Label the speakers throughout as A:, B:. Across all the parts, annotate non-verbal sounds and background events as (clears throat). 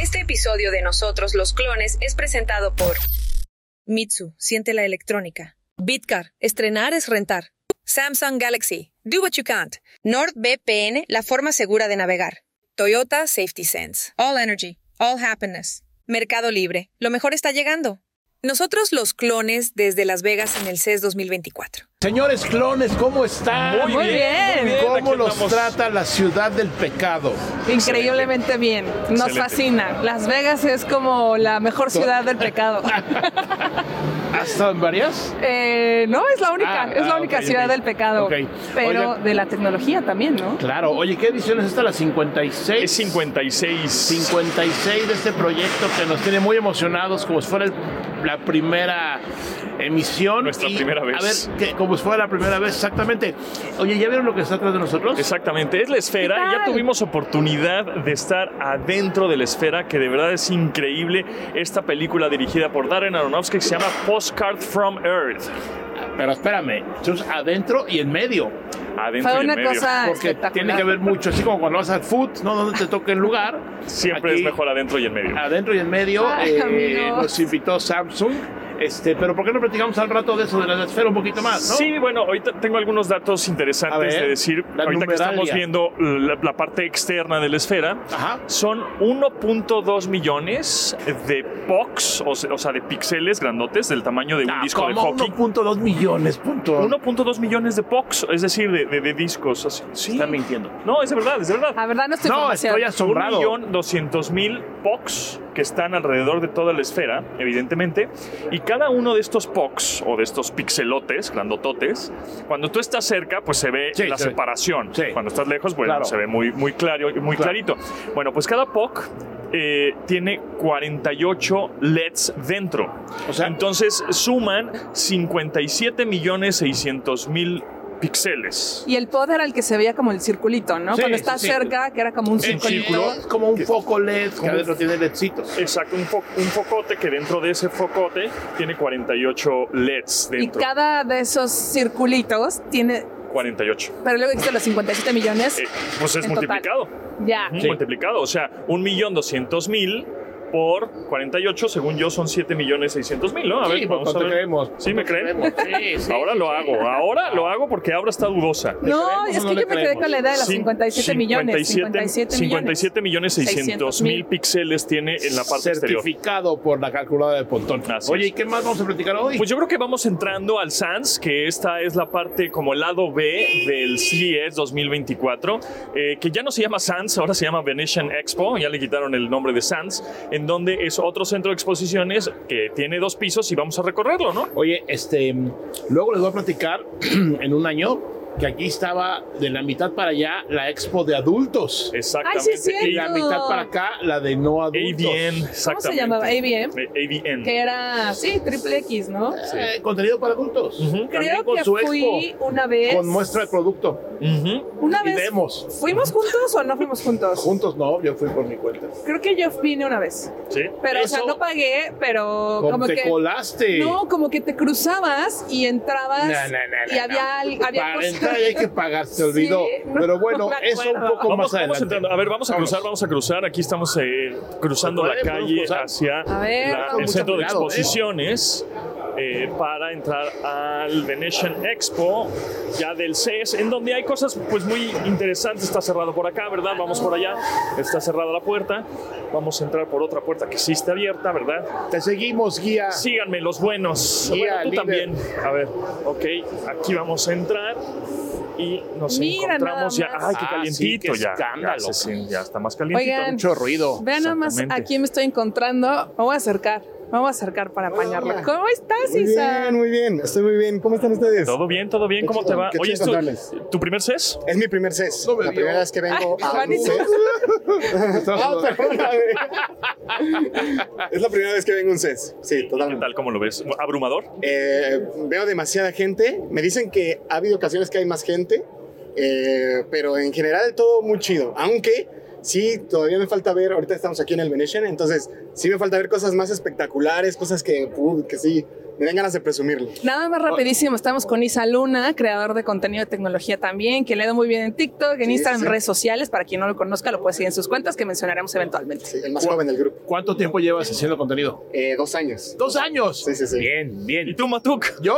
A: Este episodio de Nosotros los Clones es presentado por Mitsu, siente la electrónica. Bitcar, estrenar es rentar. Samsung Galaxy, do what you can't. NordVPN, la forma segura de navegar. Toyota Safety Sense. All Energy, All Happiness. Mercado Libre, lo mejor está llegando. Nosotros los clones desde Las Vegas en el E CES 2024.
B: Señores clones, ¿cómo están?
C: Muy bien. muy bien.
B: ¿Cómo
C: Aquí
B: los
C: andamos.
B: trata la ciudad del pecado?
C: Increíblemente
D: bien, nos
C: Excelente.
D: fascina. Las Vegas es como la mejor ciudad del pecado.
B: ¿Has estado en varias?
D: Eh, no, es la única,
B: Ah,
D: es la
B: ah,
D: única
B: ok,
D: ciudad
B: ok.
D: del pecado,
B: Ok.
D: pero
B: Oiga.
D: de la tecnología también, ¿no?
B: Claro. Oye, ¿qué edición es esta? ¿La 56?
C: Es 56.
B: 56 de este proyecto que nos tiene muy emocionados, como si fuera el- la primera emisión.
C: Nuestra primera vez.
B: A ver, que- como si fuera la primera vez, exactamente. Oye, ¿ya vieron lo que está atrás de nosotros?
C: Exactamente, es la
D: ¿Qué
C: esfera.
D: tal?
C: Ya tuvimos oportunidad de estar adentro de la esfera, que de verdad es increíble. Esta película dirigida por Darren Aronofsky que se llama Postcard from Earth.
B: Pero espérame, estamos adentro y en medio.
C: Adentro
D: Fue
C: y en
D: una
C: medio.
D: cosa
B: Porque
D: espectacular.
B: tiene que ver mucho, así como cuando vas al foot, ¿no? Donde te toque el lugar.
C: Siempre
B: Aquí-
C: es mejor adentro y en medio.
B: adentro y en medio
D: Ay,
B: eh,
D: amigos.
B: nos invitó Samsung. Este, pero ¿por qué no platicamos al rato de eso de la esfera un poquito más? ¿no?
C: Sí, bueno, ahorita tengo algunos datos interesantes
B: A ver,
C: de decir.
B: la
C: Ahorita que estamos
B: numeralia.
C: viendo la, la parte externa de la esfera,
B: Ajá.
C: son 1.2 millones de POCs, o se- o sea, de píxeles grandotes del tamaño de un
B: Ah,
C: disco de
B: ¿cómo?
C: hockey.
B: 1.2 millones, punto.
C: 1.2 millones de POCs, es decir, de, de- de discos. así. Sí.
B: Están mintiendo.
C: No, es de verdad, es de verdad.
D: La verdad no estoy
B: No, estoy asombrado.
C: 1.200.000 POCs que están alrededor de toda la esfera, evidentemente. Y cada uno de estos POCs o de estos pixelotes, grandototes, cuando tú estás cerca, pues se ve
B: Sí,
C: la
B: se ve.
C: separación.
B: Sí.
C: Cuando estás lejos, bueno,
B: Claro.
C: se ve muy, muy, claro, muy
B: Claro.
C: clarito. Bueno, pues cada POC eh, tiene 48 LEDs dentro.
B: O sea-
C: Entonces suman 57.600.000 píxeles.
D: Y el pod era el que se veía como el circulito, ¿no?
B: Sí,
D: Cuando
B: sí,
D: estás
B: sí.
D: cerca, que era como un
B: En
D: circulito.
B: círculo, es como un foco LED, que
C: un-
B: adentro tiene LEDcitos.
C: Exacto, un, fo- un focote que dentro de ese focote tiene 48 LEDs
D: Y
C: E dentro.
D: cada de esos circulitos tiene,
C: 48.
D: pero luego existen los 57 millones.
C: Eh, pues es
D: En total. Ah.
C: multiplicado.
D: Ya.
C: Ujú, Multiplicado. O sea, 1.200.000 por 48, según yo, son 7.600.000, ¿no? A ver,
B: Sí,
C: vamos a
B: pues, te
C: ver.
B: creemos.
C: Sí, me creen.
B: Creemos, sí, sí,
C: Ahora
B: sí,
C: lo
B: sí.
C: hago, ahora lo hago porque ahora está dudosa.
D: No,
B: creemos o
D: es
B: no
D: que
B: le
D: yo me quedé
B: creemos?
D: con la edad de los 57 millones.
C: 57 millones 600 mil píxeles tiene en la parte exterior.
B: Certificado por la calculadora de Pontón.
C: Así
B: Oye,
C: es.
B: ¿y qué más vamos a platicar hoy?
C: Pues yo creo que vamos entrando al SANS, que esta es la parte como el lado B del E CES 2024, eh, que ya no se llama SANS, ahora se llama Venetian Expo, ya le quitaron el nombre de SANS, en donde es otro centro de exposiciones que tiene dos pisos y vamos a recorrerlo, ¿no?
B: Oye, este, luego les voy a platicar (clears throat) en un año que aquí estaba de la mitad para allá la expo de adultos.
C: Exactamente.
D: sí es cierto.
B: Y la mitad para acá, la de no adultos.
C: ABN,
D: ¿Cómo se
C: exactamente.
D: llamaba? ABM.
C: Eh, ABN.
D: Que era, sí, triple X, ¿no?
B: Eh, contenido para adultos.
C: Ujú.
B: También
D: Creo
B: con
D: que
B: su
D: fui
B: expo,
D: una vez.
B: con muestra de producto.
C: Ujú.
D: Una
B: Y
D: vez.
B: demos.
D: ¿Fuimos juntos o no fuimos juntos?
B: Juntos no, yo fui por mi cuenta.
D: Creo que yo vine una vez.
C: Sí.
D: Pero, o
B: Eso-
D: sea, no pagué, pero
B: Con-
D: como
B: te
D: que.
B: colaste.
D: No, como que te cruzabas y entrabas.
B: No, no, no, no,
D: y había, había
B: pues, Para
D: cosas-
B: entrar hay que pagar, se
D: Sí,
B: olvidó.
D: no
B: Pero bueno,
D: me
B: eso un
D: acuerdo.
B: poco
C: Vamos,
B: más
C: vamos
B: adelante.
C: entrando. A ver, vamos a
B: Vámonos.
C: cruzar, vamos a cruzar. Aquí estamos eh, cruzando
B: Ojalá
C: la
B: podamos
C: calle
B: cruzar.
C: hacia
D: A ver,
C: la-
D: con
C: el
D: mucho
C: centro
B: cuidado,
C: de exposiciones eh, para entrar al Venetian Expo, ya del CES, en donde hay cosas pues muy interesantes. Está cerrado por acá, ¿verdad? Vamos por allá. Está cerrada la puerta. Vamos a entrar por otra puerta que sí está abierta, ¿verdad?
B: Te seguimos, guía.
C: Síganme, los buenos.
B: Guía,
C: bueno, tú
B: líder.
C: también. A ver, ok, aquí vamos a entrar y nos
D: Mira
C: encontramos ya.
D: nada más.
C: Ay, qué
B: Ah,
C: calientito
B: sí, qué
C: ya.
B: escándalo.
C: Ya, se siente- ya está más calientito.
D: Oigan.
B: Mucho ruido.
D: (laughs) Vean nada más
C: Exactamente.
D: a quién me estoy encontrando. Me voy a acercar. Me voy a acercar para apañarla. ¿Cómo estás,
E: Muy
D: Isa?
E: bien, muy bien, estoy muy bien. ¿Cómo están ustedes?
C: Todo bien, todo bien.
E: Qué
C: ¿Cómo
E: chido,
C: te va?
E: qué
C: Oye,
E: chido
C: esto-
E: contarles.
C: ¿tu primer E CES?
E: Es mi primer CES.
B: No me
E: la
B: vio.
E: primera vez que vengo
D: Ay,
E: a un
D: Juanito.
E: (laughs) CES. Ah, perdóname. es la primera vez que vengo a un CES. Sí,
C: ¿Qué
E: totalmente.
C: tal? ¿Cómo lo ves? ¿Abrumador?
E: Eh, veo demasiada gente. Me dicen que ha habido ocasiones que hay más gente, eh, pero en general todo muy chido. Aunque sí, todavía me falta ver. Ahorita estamos aquí en el Venetian, entonces sí me falta ver cosas más espectaculares, cosas que, uh, que sí Me dan ganas de presumirlo.
D: Nada más rapidísimo, estamos con Isa Luna, creador de contenido de tecnología también, que le ha ido muy bien en TikTok, en
E: Sí,
D: Instagram,
E: sí.
D: redes sociales. Para quien no lo conozca, lo puede seguir en sus cuentas que mencionaremos eventualmente.
E: Sí, el más joven del grupo.
B: ¿Cuánto tiempo llevas haciendo contenido?
E: Eh, dos años.
B: Dos años.
E: Sí, sí, sí.
B: Bien,
C: ¿Y
B: bien.
C: tú, Matuk?
B: Yo,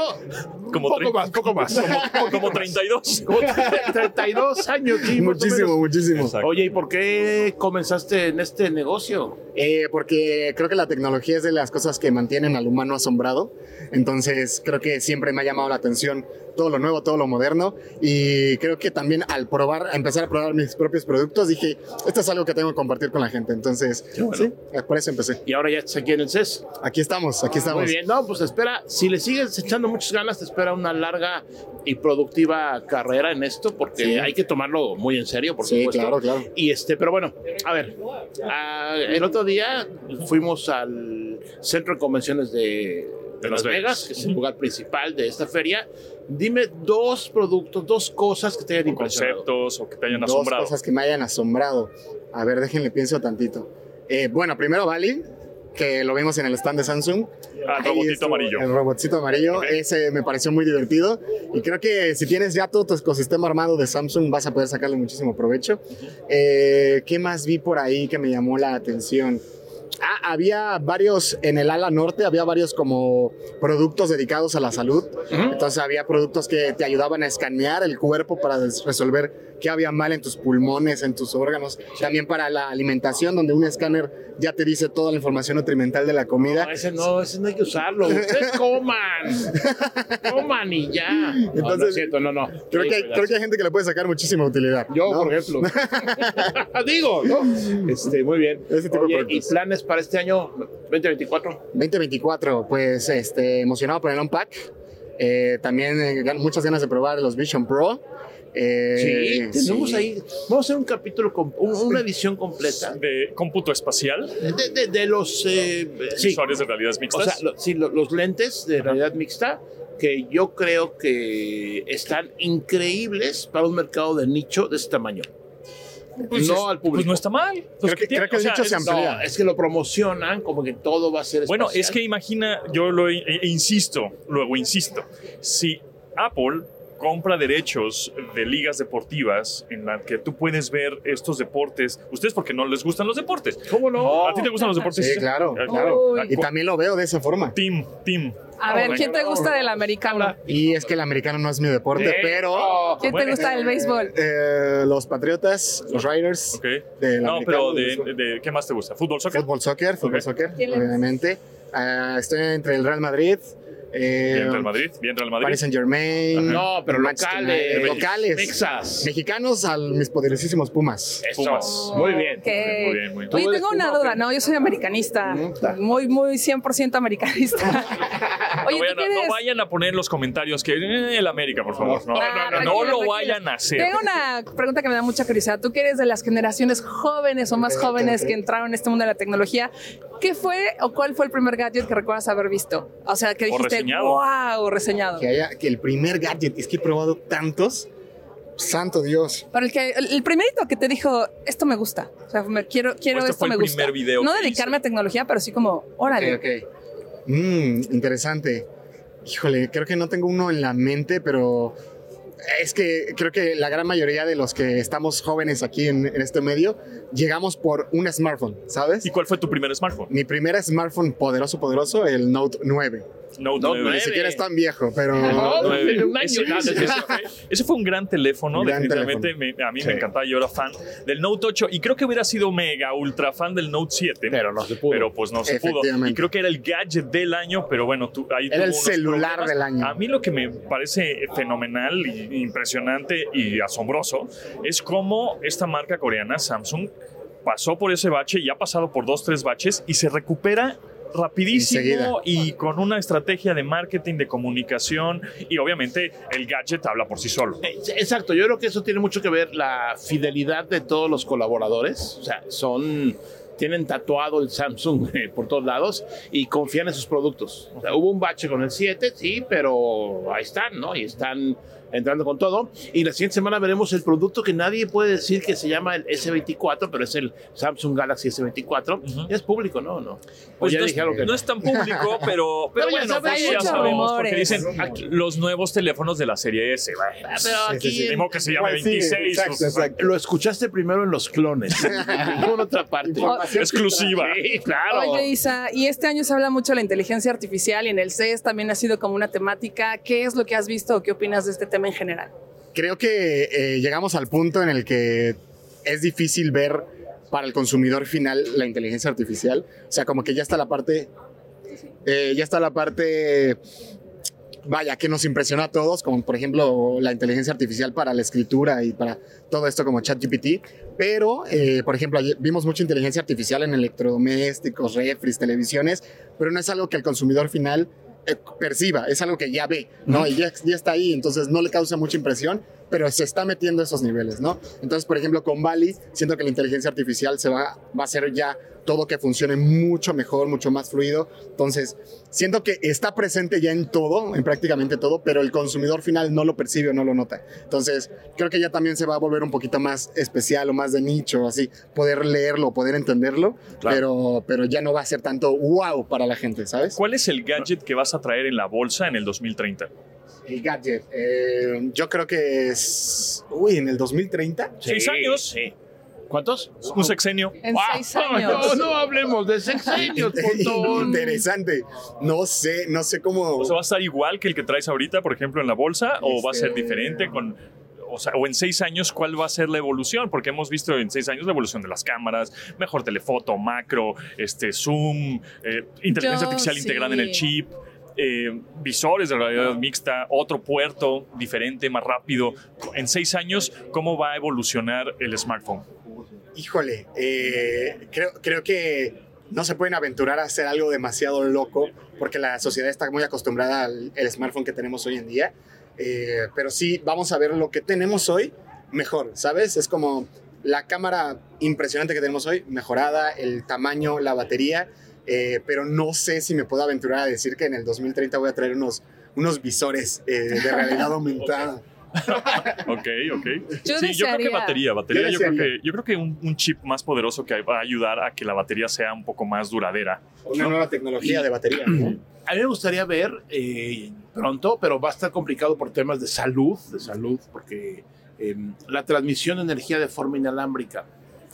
C: Como
B: poco
C: tre-
B: más, poco más. (laughs)
C: Como, como 32.
B: Como 32 años. sí, más o
E: Muchísimo,
B: menos.
E: muchísimo.
C: Exacto.
B: Oye, ¿y por qué comenzaste en este negocio?
E: Eh, porque creo que la tecnología es de las cosas que mantienen al humano asombrado. Entonces, creo que siempre me ha llamado la atención todo lo nuevo, todo lo moderno. Y creo que también al probar, a empezar a probar mis propios productos, dije, esto es algo que tengo que compartir con la gente. Entonces,
C: bueno.
E: sí, eh, por eso empecé.
B: Y ahora ya estás aquí en el CES.
E: Aquí estamos, aquí estamos.
B: Muy bien, no, pues espera, si le sigues echando muchas ganas, te espera una larga y productiva carrera en esto, porque
E: Sí.
B: hay que tomarlo muy en serio, por
E: Sí,
B: supuesto.
E: claro, claro.
B: Y este, pero bueno, a ver, ah, el otro día fuimos al centro de convenciones de, de Las Vegas, que es el lugar principal de esta feria. Dime dos productos, dos cosas que te hayan impresionado.
C: Conceptos o que te hayan
E: Dos
C: asombrado.
E: cosas que me hayan asombrado. A ver, déjenle pienso tantito. Eh, bueno, primero Bali, que lo vimos en el stand de Samsung.
C: Al
E: Ahí
C: Ah, robotito
E: estuvo
C: amarillo.
E: El robotcito amarillo, ese me pareció muy divertido. Y creo que si tienes ya todo tu ecosistema armado de Samsung, vas a poder sacarle muchísimo provecho. Eh, ¿Qué más vi por ahí que me llamó la atención? Ah, había varios en el ala norte, había varios como productos dedicados a la salud. Entonces había productos que te ayudaban a escanear el cuerpo para des- resolver qué había mal en tus pulmones, en tus órganos. También para la alimentación, donde un escáner ya te dice toda la información nutrimental de la comida.
B: No, ese no, ese no hay que usarlo.
E: (laughs)
B: Ustedes coman. coman y ya. Entonces, no, no es
E: Entonces,
B: cierto, no, no.
E: Creo,
B: Sí,
E: que, hay-
B: verdad.
E: creo que hay gente que le puede sacar muchísima utilidad.
B: Yo,
E: ¿no?
B: por ejemplo.
E: (laughs)
B: Digo, ¿no? Este, muy bien.
E: Ese tipo de
B: Oye, ¿y
E: productos.
B: planes para este año 2024?
E: 2024, pues este, emocionado por el Unpack. Eh, también eh, gan- muchas ganas de probar los Vision Pro. Eh,
B: sí, tenemos
E: sí.
B: ahí. Vamos a hacer un capítulo, com- un- una edición completa
C: De cómputo espacial.
B: de, de- de los. eh, sí,
C: Visores de realidades
B: o
C: mixtas.
B: sea, lo- sí, lo- los lentes de realidad mixta que yo creo que están increíbles para un mercado de nicho de este tamaño.
C: Pues
B: no
C: es-
B: al
C: Pues
B: público.
C: no está mal. Pues
E: Creo que-
C: tiene-
E: creo que
C: o
E: el
C: sea,
E: nicho se
C: es-
E: amplió. Amplía.
B: No, es que lo promocionan como que todo va a ser
C: Bueno, es que
B: espacial.
C: imagina, yo lo e- e- insisto, luego insisto, si Apple compra derechos de ligas deportivas en las que tú puedes ver estos deportes, ustedes porque no les gustan los deportes.
B: ¿Cómo no?
C: ¿A ti te gustan los deportes? Ah,
E: Sí, claro, claro.
D: Uy.
E: Y también lo veo de esa forma.
C: Team, team.
D: A ver, ¿quién te gusta del americano?
E: Y es que el americano no es mi deporte,
B: eh,
E: pero
B: Eso.
D: ¿Quién te gusta del béisbol?
E: eh, los Patriotas, los Riders,
C: Ok.
E: del
C: No,
E: americano,
C: pero de, de- ¿qué más te gusta? ¿Fútbol, soccer?
E: fútbol, soccer, fútbol,
C: Ok.
E: soccer,
D: ¿Quién le-
E: obviamente. Ah, estoy entre el Real Madrid, eh,
C: Bien Real Madrid, bien Real Madrid.
E: Paris Saint Germain.
B: No, pero
E: Manchester
B: locales.
E: United, locales.
B: Texas.
E: Mexicanos a mis poderosísimos Pumas.
B: Eso.
C: Pumas.
B: Muy bien.
D: Ok.
C: Muy bien, muy bien.
B: ¿Tú
D: Oye,
B: eres
D: tengo una
B: Puma o
D: duda.
B: qué?
D: No, yo soy americanista.
E: Neta.
D: Muy, muy 100% americanista. Oye,
C: no, vayan
D: ¿tú
C: a, no
D: quieres?
C: vayan a poner en los comentarios que eh, el América, por favor. No, no, no,
D: Ah,
C: no,
D: tranquilo,
C: lo
D: tranquilo.
C: vayan a hacer.
D: Tengo una pregunta que me da mucha curiosidad. Tú que eres de las generaciones jóvenes o más
E: Ok, ok,
D: jóvenes
E: ok.
D: que entraron en este mundo de la tecnología, ¿qué fue o cuál fue el primer gadget que recuerdas haber visto? O sea, que
C: O
D: dijiste,
C: reseñado.
D: wow, reseñado.
E: que haya que el primer gadget es que he probado tantos santo dios
D: Pero el, que, el, el primerito que te dijo, esto me gusta. O sea, me, quiero, quiero
C: este
D: esto
C: fue el
D: me gusta.
C: primer video
D: no
C: que
D: dedicarme
C: hice.
D: a tecnología, pero sí como, órale.
E: Mm, interesante híjole creo que no tengo uno en la mente pero es que creo que la gran mayoría de los que estamos jóvenes aquí en, en este medio llegamos por un smartphone sabes
C: ¿Y cuál fue tu primer smartphone?
E: mi primer smartphone poderoso poderoso el Note 9
C: Note
B: Note
C: 9.
E: ni siquiera
B: Nueve.
E: es tan viejo pero
B: No,
C: Note nueve.
B: un año.
C: Ese, ese- ese fue, ese fue un gran teléfono,
E: Un gran
C: definitivamente. me- a mí me
E: Sí.
C: encantaba, yo era fan del Note 8 y creo que hubiera sido mega ultra fan del Note 7.
B: Pero no se pudo.
C: Pero pues no se pudo.
E: Efectivamente.
C: Y creo que era el gadget del año, pero bueno, tú, ahí
E: Era
C: tuvo
E: el
C: unos
E: celular
C: problemas.
E: del año.
C: A mí lo que me parece fenomenal, y impresionante y asombroso es cómo esta marca coreana, Samsung, pasó por ese bache y ha pasado por dos, tres baches y se recupera rapidísimo
E: Enseguida.
C: y con una estrategia de marketing, de comunicación y obviamente el gadget habla por sí solo.
B: Eh, Exacto, yo creo que eso tiene mucho que ver la fidelidad de todos los colaboradores. O sea, son. Tienen tatuado el Samsung (laughs) eh, por todos lados y confían en sus productos. O sea, hubo un bache con el 7, sí, pero ahí están, ¿no? Y están entrando con todo. Y la siguiente semana veremos el producto que nadie puede decir que se llama el S24, pero es el Samsung Galaxy S24.
C: Ujú.
B: Ya es público, ¿no? ¿O no? O
C: Pues
B: ya
C: no, es,
B: dijeron que
C: no es tan público, pero, pero
B: Pero ya
C: bueno,
B: sabes,
C: pues
B: hay
C: ya
B: muchos
C: sabemos, porque
D: rumores.
C: dicen aquí, los nuevos teléfonos de la serie S. va.
B: Ah, pero aquí
E: sí, sí.
C: Ni
B: en-
C: modo que se llame
E: Igual sigue,
C: 26.
E: exacto,
C: o-
E: exacto.
B: lo escuchaste primero en los clones, (laughs) en ninguna otra parte.
E: Información
C: Exclusiva.
B: Sí, claro.
D: Oye, Isa, y este año se habla mucho de la inteligencia artificial y en el CES también ha sido como una temática. ¿Qué es lo que has visto o qué opinas de este tema en general?
E: creo que eh, llegamos al punto en el que es difícil ver para el consumidor final la inteligencia artificial. O sea, como que ya está la parte, eh, ya está la parte, vaya, que nos impresiona a todos, como por ejemplo la inteligencia artificial para la escritura y para todo esto como ChatGPT. Pero, eh, por ejemplo, ayer vimos mucha inteligencia artificial en electrodomésticos, refris, televisiones, pero no es algo que el consumidor final eh, perciba, es algo que ya ve, ¿no? Y ya, ya está ahí, entonces no le causa mucha impresión, pero se está metiendo a esos niveles, ¿no? Entonces, por ejemplo, con Bali, siento que la inteligencia artificial se va, va a hacer ya todo que funcione mucho mejor, mucho más fluido. Entonces, siento que está presente ya en todo, en prácticamente todo, pero el consumidor final no lo percibe o no lo nota. Entonces, creo que ya también se va a volver un poquito más especial o más de nicho, así, poder leerlo, poder entenderlo, pero, pero ya no va a ser tanto wow para la gente, ¿sabes?
C: ¿Cuál es el gadget que vas a traer en la bolsa en el 2030?
E: El gadget. eh, yo creo que es. Uy, en el 2030.
C: Seis años.
B: ¿Cuántos?
C: Un sexenio.
D: En
B: Ah,
C: (laughs)
D: seis años.
B: No, no hablemos de
E: (laughs)
B: sexenios, puntón.
E: Interesante. No sé, no sé cómo.
C: O sea, ¿va a estar igual que el que traes ahorita, por ejemplo, en la bolsa? ¿O va a ser
E: Este-
C: diferente con...? O, sea, o en seis años, ¿cuál va a ser la evolución? Porque hemos visto en seis años la evolución de las cámaras, mejor telefoto, macro, este, zoom, eh, inteligencia
D: Yo,
C: artificial
D: sí.
C: integrada en el chip, eh, visores de realidad mixta, otro puerto diferente, más rápido. En seis años, ¿cómo va a evolucionar el smartphone?
E: Híjole, eh, creo, creo que no se pueden aventurar a hacer algo demasiado loco porque la sociedad está muy acostumbrada al el smartphone que tenemos hoy en día. Eh, pero sí, vamos a ver lo que tenemos hoy mejor, ¿sabes? Es como la cámara impresionante que tenemos hoy, mejorada, el tamaño, la batería, eh, pero no sé si me puedo aventurar a decir que en el 2030 voy a traer unos, unos visores eh, de realidad aumentada.
C: Ok, ok.
D: Yo
C: sí, yo creo que
D: desearía-
C: batería, batería.
E: Yo
C: Yo creo que,
E: desearía.
C: yo creo que un, un chip más poderoso que va a ayudar a que la batería sea un poco más duradera.
E: Una nueva tecnología de batería. ¿no?
B: A mí me gustaría ver eh, pronto, pero va a estar complicado por temas de salud, de salud, porque eh, la transmisión de energía de forma inalámbrica,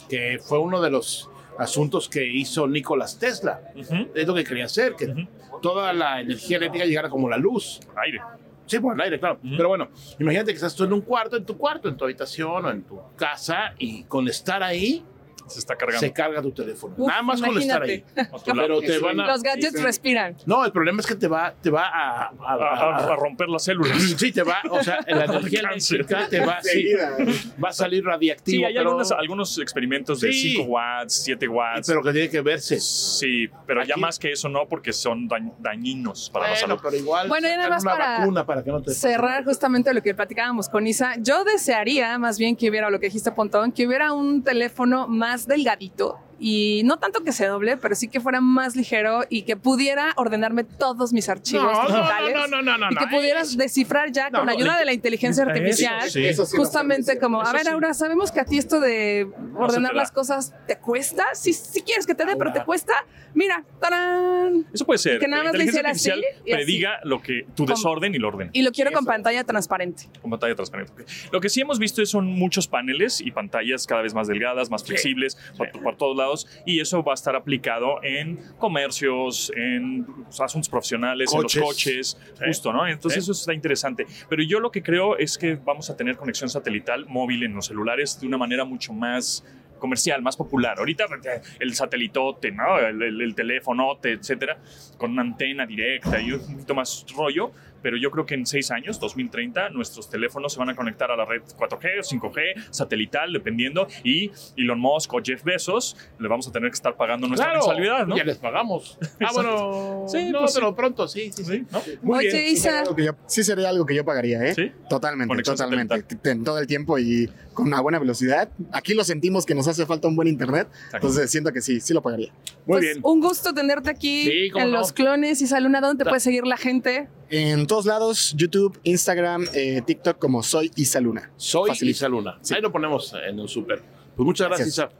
B: que fue uno de los asuntos que hizo Nicolás Tesla,
C: Ujú,
B: es lo que quería hacer, que
C: ujú.
B: toda la energía eléctrica llegara como la luz.
C: Aire.
B: Sí, por el aire, claro.
C: Ujú.
B: Pero bueno, imagínate que estás tú en un cuarto, en tu cuarto, en tu habitación o en tu casa, y con estar ahí
C: Se está cargando.
B: se carga tu teléfono.
D: Uf,
B: Nada más con
D: imagínate.
B: estar ahí.
C: A tu
B: Pero
C: lado.
B: te van a.
D: Los gadgets respiran.
B: No, el problema es que te va, te va a. a-
C: A, a- a
B: a- (clears throat) a-
C: romper las células.
B: sí, te va, o sea, (laughs) la energía
C: Cáncer.
B: eléctrica te va, sí,
E: Enseguida.
B: va a salir radiactivo,
C: Sí, hay
B: pero,
C: algunas- algunos experimentos de
B: Sí.
C: 5 watts, 7 watts.
B: pero que tiene que verse.
C: sí, pero ya
B: Aquí-
C: más que eso no, porque son dañ- dañinos para la
B: Bueno,
C: salud.
B: pero igual
D: Bueno, y
B: sacar
D: nada más
B: una
D: para
B: vacuna para que no te pase
D: Cerrar justamente lo que platicábamos con Isa. Yo desearía más bien que hubiera lo que dijiste, Pontón, que hubiera un teléfono más delgadito y no tanto que se doble, pero sí que fuera más ligero y que pudiera ordenarme todos mis archivos
B: nada. no, no,
D: digitales.
B: no, no, no, no,
D: y que
B: no,
D: pudieras
B: es-
D: descifrar ya
B: No,
D: con
B: no,
D: ayuda
B: ni-
D: de la inteligencia
C: eso,
D: artificial.
C: sí.
E: Eso sí va a estar muy
D: Justamente
E: cierto.
D: como, a
B: Eso
D: ver,
B: sí.
D: Aura, sabemos que a ti esto de ordenar
C: te da.
D: las cosas te cuesta. Sí, sí quieres que te dé, pero te cuesta. Mira, tarán.
C: Eso puede ser.
D: Que nada
C: La
D: más le
C: inteligencia
D: hiciera así
C: artificial
D: y así.
C: prediga lo que tu desorden y lo ordena.
D: Y lo quiero con
E: Eso.
D: pantalla transparente.
C: con pantalla transparente. ok. Lo que sí hemos visto es son muchos paneles y pantallas cada vez más delgadas, más flexibles por, por todos lados y eso va a estar aplicado en comercios, en pues, asuntos profesionales, en
B: Coches.
C: los coches,
B: Sí.
C: justo, ¿no? Entonces
B: Sí.
C: eso está interesante. Pero yo lo que creo es que vamos a tener conexión satelital móvil en los celulares de una manera mucho más comercial, más popular. Ahorita eh, el satelitote, ¿no? El, el- el telefonote, etcétera, con una antena directa y un poquito más rollo, pero yo creo que en seis años, 2030, nuestros teléfonos se van a conectar a la red 4G, 5G, satelital, dependiendo, y Elon Musk o Jeff Bezos le vamos a tener que estar pagando nuestra
B: Claro,
C: mensualidad, ¿no?
B: ya les (laughs) pagamos. Ah, bueno,
C: Sí,
B: no,
C: pues sí.
B: pero pronto, sí, sí, sí.
C: Sí, ¿no?
E: Muy
D: Oye,
E: bien. Sí
D: Isa.
E: sería algo que yo- sí sería algo que yo pagaría, ¿eh?
C: Sí.
E: Totalmente,
C: Conexión
E: totalmente. Ten todo el tiempo y con una buena velocidad. Aquí lo sentimos que nos hace falta un buen internet. Entonces siento que sí, sí lo pagaría.
B: Muy
D: Pues,
B: bien.
D: Un gusto tenerte aquí
B: Sí, cómo
D: en
B: no.
D: Los Clones. Isa Luna, ¿dónde te
B: Ta-
D: puede seguir la gente?
E: En todos lados, YouTube, Instagram, eh, TikTok, como Soy Isa Luna.
B: Soy
E: Facilito.
B: Isa Luna.
E: Sí.
B: Ahí lo ponemos en un súper. Pues muchas gracias,
E: Gracias.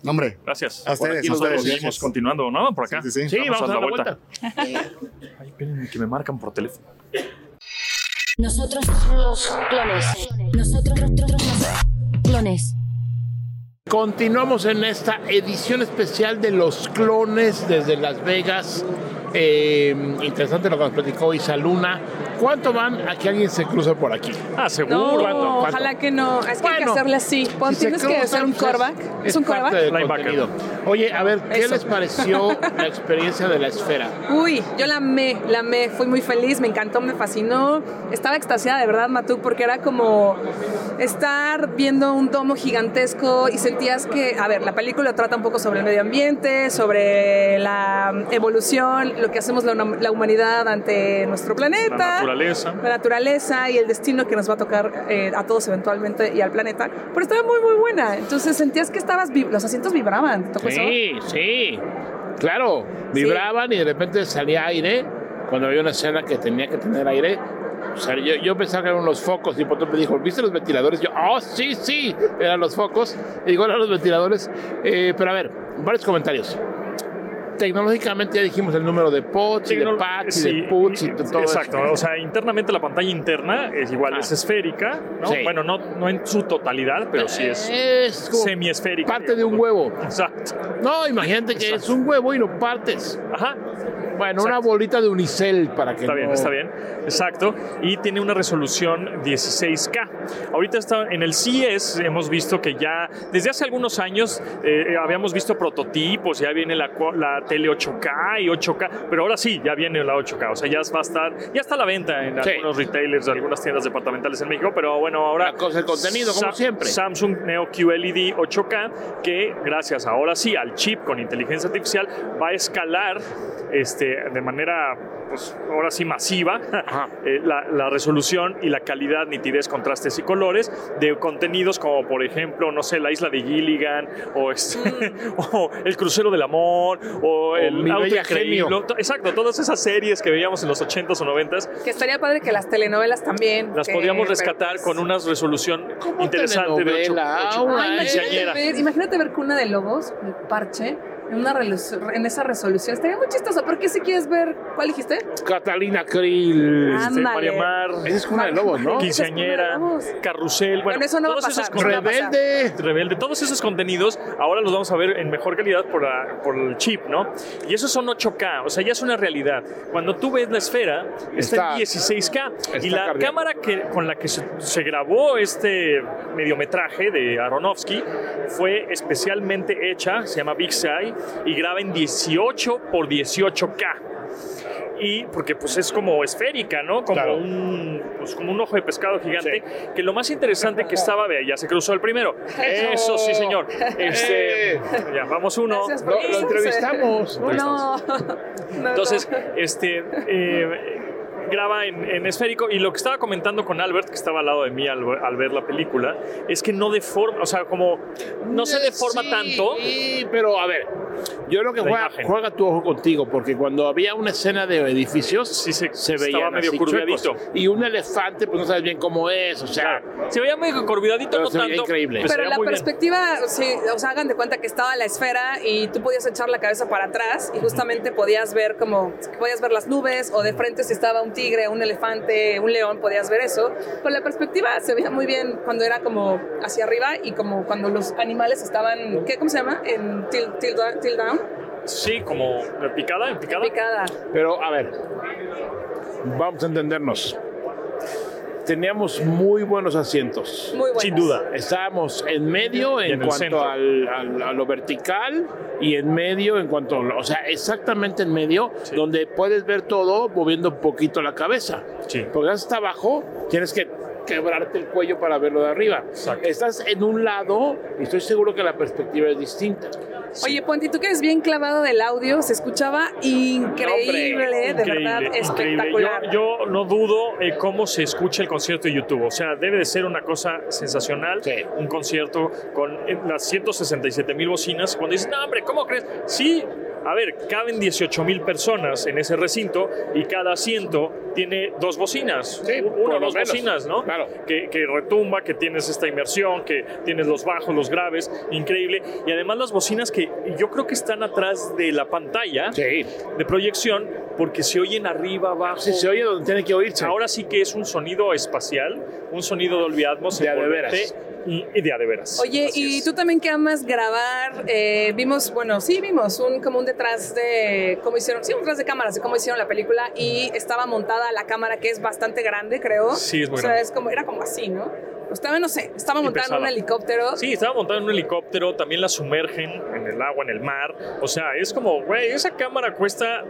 B: Isa.
E: Hombre,
C: Gracias.
E: A ustedes,
C: Por aquí
E: a
C: nosotros
E: ustedes,
C: seguimos
E: gracias.
C: continuando, ¿no? Por acá.
E: Sí, sí, sí.
B: Sí, vamos, a dar la vuelta.
C: Ay, espérenme que me marcan por teléfono.
F: Nosotros los clones. Nosotros los clones.
B: Continuamos en esta edición especial de Los Clones desde Las Vegas. Eh, interesante lo que nos platicó Isa Luna. ¿Cuánto van a que alguien se cruza por aquí?
C: Ah, seguro.
D: No,
B: ¿Cuánto?
D: ojalá que no. Es que hay que
B: Bueno,
D: hacerle así. Pon-
B: Si se
D: tienes que
B: cruzan,
D: hacer un
B: pues,
D: coreback. Es, un
B: parte
D: coreback.
B: del
C: Linebacker.
B: contenido. Oye, a ver, ¿qué
D: Eso.
B: les pareció la experiencia de la esfera?
D: Uy, yo la amé, la amé, fui muy feliz, me encantó, me fascinó. Estaba extasiada de verdad, Matú, porque era como estar viendo un domo gigantesco y sentías que, a ver, la película trata un poco sobre el medio ambiente, sobre la evolución, lo que hacemos la, la humanidad ante nuestro planeta.
C: La naturaleza.
D: La naturaleza y el destino que nos va a tocar eh, a todos eventualmente y al planeta, pero estaba muy, muy buena. Entonces sentías que estabas, vib- los asientos vibraban. ¿Te tocó eso?
B: Sí, sí. Claro, vibraban y de repente salía aire. Cuando había una escena que tenía que tener aire, o sea, yo, yo pensaba que eran unos focos. Y Potón me dijo, ¿viste los ventiladores? Yo, ¡oh, sí, sí! Eran los focos. Y digo, eran los ventiladores. Eh, pero a ver, varios comentarios. Tecnológicamente ya dijimos el número de pots y de
C: Tecnol-
B: pats y
C: sí,
B: de puts y de todo eso.
C: Exacto, o sea, internamente la pantalla interna es igual,
B: Ah.
C: es esférica, ¿no?
B: Sí. Eh,
C: Bueno, no, no en su totalidad, pero sí es
B: Es como
C: semiesférica.
B: parte de un huevo.
C: Exacto.
B: No, imagínate que es un huevo y lo partes.
C: Ajá,
B: Bueno, una
C: Exacto.
B: bolita de unicel para que
C: está bien,
B: no-
C: está bien. Exacto. Y tiene una resolución 16K. Ahorita está en el CES, hemos visto que ya desde hace algunos años eh, eh, habíamos visto prototipos, ya viene la, cua- la tele 8K y 8K, pero ahora sí, ya viene la 8K. O sea, ya va a estar, ya está a la venta en
B: Sí.
C: algunos retailers, algunas tiendas departamentales en México, pero bueno,
B: La
C: ahora
B: cosa, el contenido, como
C: Sa-
B: siempre.
C: Samsung Neo E QLED 8K, que gracias ahora sí al chip con inteligencia artificial va a escalar este, de manera, pues ahora sí masiva,
B: Ajá.
C: (laughs) eh, la, la resolución y la calidad, nitidez, contrastes y colores de contenidos como, por ejemplo, no sé, la isla de Gilligan, o, este, (laughs) o el crucero del amor, o, el
B: Mm. Mi
C: auto
B: Bella
C: increíble.
B: Genio.
C: To- Exacto, todas esas series que veíamos en los 80s o 90s
D: Que estaría padre que las telenovelas también.
C: las
D: que-
C: podíamos
D: pero
C: rescatar
D: pues-
C: con una resolución
B: ¿Cómo
C: interesante de ocho-
B: telenovela?
C: ocho-
B: Ahora,
D: Ay,
C: quinceañera.
D: imagínate, ver, imagínate ver Cuna de Lobos, el parche, en, una relu- en esa resolución. Estaría muy chistoso. ¿Por qué si quieres ver? ¿Cuál dijiste?
B: Catalina Krill.
D: Ah,
C: Este,
D: Ándale.
C: María Mar,
B: Esa es una de lobos, ¿no?
D: Quince-
C: quinceañera,
D: Esas cosas.
C: carrusel, bueno,
D: Bueno, eso no va a
C: todos esos
D: pasar.
C: con-
D: Re-
C: Eh,
B: Rebelde.
C: Rebelde, todos esos contenidos ahora los vamos a ver en mejor calidad por, la- por el chip, ¿no? Y esos son 8K, o sea, ya es una realidad. Cuando tú ves la esfera,
B: Está-
C: está, en 16K.
B: está
C: Y la
B: cardíaco.
C: cámara que, con la que se, se grabó este mediometraje de Aronofsky fue especialmente hecha, se llama Big Sky, y graba en 18 por 18K y porque pues es como esférica, ¿no? Como,
B: Claro.
C: un, pues, como un ojo de pescado gigante, que lo más interesante que estaba, vea, ya se cruzó el primero. Eso sí, señor. Este,
B: Eh.
C: ya, vamos uno.
D: Gracias por
B: Lo,
D: eso,
B: lo
D: sí.
B: entrevistamos. ¿no?
D: No. (laughs) No,
C: Entonces,
D: no.
C: este, eh, graba en, en esférico y lo que estaba comentando con Albert, que estaba al lado de mí al, al ver la película, es que no deforma, o sea, como no se deforma
B: Sí,
C: tanto.
B: Pero a ver, yo creo que
C: La
B: juega,
C: imagen.
B: juega tu ojo contigo, porque cuando había una escena de edificios,
C: Sí, se-
B: veía
C: estaba medio curviadito.
B: Y un elefante, pues no sabes bien cómo es, o sea.
C: Claro. Se veía medio corvidadito,
B: Pero
C: no
B: se veía
C: tanto.
B: increíble.
C: se
D: Pero
C: veía
D: la
C: Pues muy bien.
D: perspectiva, sí, o sea, hagan de cuenta que estaba la esfera y tú podías echar la cabeza para atrás y justamente podías ver como, podías ver las nubes o de frente si estaba un tigre, un elefante, un león, podías ver eso. Pero la perspectiva se veía muy bien cuando era como hacia arriba y como cuando los animales estaban, ¿qué, ¿cómo se llama? En till, till down, till down.
C: Sí, como de picada, en picada.
D: Picada.
B: Pero a ver, vamos a entendernos. Teníamos muy buenos asientos.
D: Muy buena.
C: Sin duda.
B: Estábamos en medio en,
C: en el centro.
B: cuanto al, al- a lo vertical y en medio en cuanto, a lo- o sea, exactamente en medio,
C: Sí.
B: donde puedes ver todo moviendo un poquito la cabeza.
C: Sí.
B: Porque hasta abajo tienes que quebrarte el cuello para verlo de arriba.
C: Exacto.
B: Estás en un lado y estoy seguro que la perspectiva es distinta.
D: Oye, Ponti, tú que eres bien clavado del audio, se escuchaba increíble, de verdad,
C: increíble.
D: espectacular.
C: Yo, yo no dudo eh, cómo se escucha el concierto de YouTube. O sea, debe de ser una cosa sensacional.
B: Sí.
C: Un concierto con eh, las 167 mil bocinas. Cuando dices, no, hombre, ¿cómo crees? Sí, a ver, caben 18 mil personas en ese recinto y cada asiento tiene dos bocinas,
B: Sí, por
C: una o
B: lo
C: dos
B: menos,
C: bocinas, ¿no?
B: claro.
C: Que, que retumba, que tienes esta inmersión, que tienes los bajos, los graves, increíble. Y además las bocinas que yo creo que están atrás de la pantalla
B: Sí.
C: de proyección porque se oyen arriba, abajo.
B: Sí, se oye donde tiene que oírse.
C: Ahora sí que es un sonido espacial, un sonido Dolby Atmos
B: De a de
C: envolvente
B: veras.
C: Y, y de a de veras.
D: Oye,
C: Así
D: y
C: es.
D: tú también que amas grabar, eh, vimos, bueno, sí vimos un como un detrás de cómo hicieron, sí, un detrás de cámaras de cómo hicieron la película y estaba montada la cámara que es bastante grande, creo.
C: Sí, es muy
D: O sea,
C: grande.
D: es como, era como así, ¿no? Estaba, no sé, estaba
C: Y
D: montada en un
C: pesada.
D: helicóptero.
C: Sí, estaba montada en un helicóptero, también la sumergen en el agua, en el mar. O sea, es como, güey, esa cámara cuesta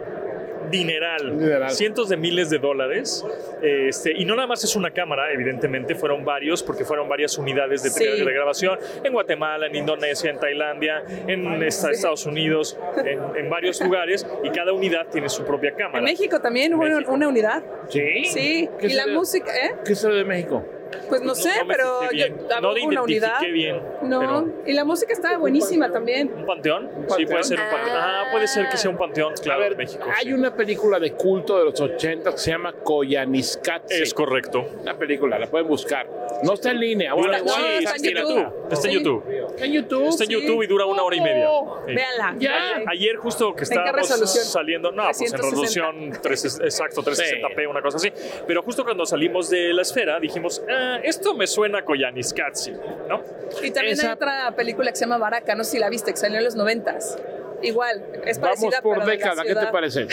C: dineral,
B: Dineral.
C: cientos de miles de dólares. Este, y no nada más es una cámara, evidentemente, fueron varios, porque fueron varias unidades de,
D: Sí.
C: de grabación en Guatemala, en Indonesia, en Tailandia, en esta- Estados Unidos, en, en varios lugares, y cada unidad tiene su propia cámara.
D: En México también hubo
C: México.
D: una unidad.
B: Sí.
D: Sí,
B: ¿Qué
D: y la
B: sale-
D: música, ¿eh?
B: ¿Qué sale de México?
D: Pues no, sé,
C: me
D: pero
C: fijé
D: yo-
C: bien.
D: había
C: no le
D: una unidad.
C: identifiqué bien.
D: No,
C: pero-
D: y la música estaba buenísima también.
C: ¿Un panteón? Sí,
B: panteón?
C: puede ser un panteón. Ah, puede ser que sea un panteón, claro,
B: a ver,
C: México.
B: hay
C: sí.
B: una película de culto de los 80 que se llama Koyaanisqatsi.
C: Es correcto.
B: una película, la pueden buscar. No está en línea. ahora
C: Dura-
D: no,
C: sí,
D: está en
C: mira,
D: YouTube.
C: tú, Está en
D: Sí.
C: YouTube.
B: está en YouTube.
C: Está en
D: Sí.
C: YouTube y dura una hora y media.
B: uh, Oh,
C: Sí.
D: Véanla.
B: Ya.
D: véanla.
C: Ayer justo que
D: ¿En qué
C: estábamos
D: resolución?
C: saliendo, no, pues en
D: 360.
C: resolución 3, exacto, 360p,
B: Sí.
C: una cosa así. Pero justo cuando salimos de la esfera dijimos, "Ah, esto me suena a Koyaanisqatsi, ¿no?
D: Y también
B: Esa-
D: hay otra película que se llama Baraka, no sé si la viste, que salió en los noventas. Igual, es
B: Vamos
D: parecida,
B: por
D: pero de la
B: década, ¿qué te
D: ciudad. (laughs)
B: parece?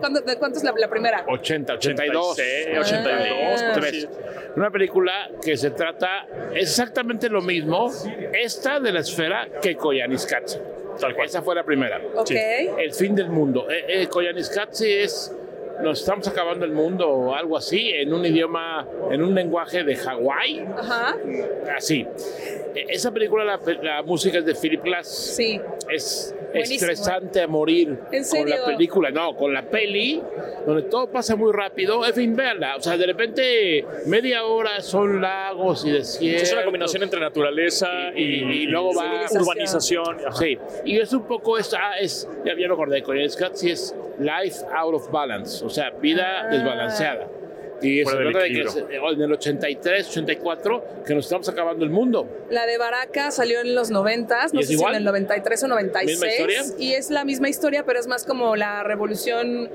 D: ¿Cuándo- ¿De cuánto es la, la primera?
B: 80, 82.
C: 86,
D: 82,
B: Ah.
C: tres.
B: Una película que se trata exactamente lo mismo, esta de la esfera que Koyaanisqatsi.
C: Tal cual.
B: Esa fue la primera.
D: Ok.
C: sí.
B: El fin del mundo. Eh, eh, Koyaanisqatsi es nos estamos acabando el mundo o algo así en un idioma, en un lenguaje de Hawái,
D: Ajá,
B: así. Eh, Ah, Esa película, la, pe- la música es de Philip Glass.
D: sí.
B: Es
D: Buenísimo.
B: estresante a morir
D: ¿En
B: con
D: serio?
B: la película, no, con la peli, donde todo pasa muy rápido. En fin, véanla. O sea, de repente media hora son lagos y desiertos.
C: Es una combinación entre naturaleza y,
B: Y- y- y luego va-
D: Civilización.
C: urbanización. Ajá.
B: Sí, y es un poco es, ah, es ya, ya me acordé, con el Scott sí es life out of balance, o sea, vida
D: Ah.
B: desbalanceada. Y se
C: Fuera del
B: trata de que
C: equilibrio.
B: se- en el 83, 84, que nos estamos acabando el mundo.
D: La de Baraka salió en los noventas, no
B: ¿Y es
D: sé si
B: igual?
D: en el 93 o 96.
B: ¿Misma historia?
D: Y es la misma historia, pero es más como la revolución,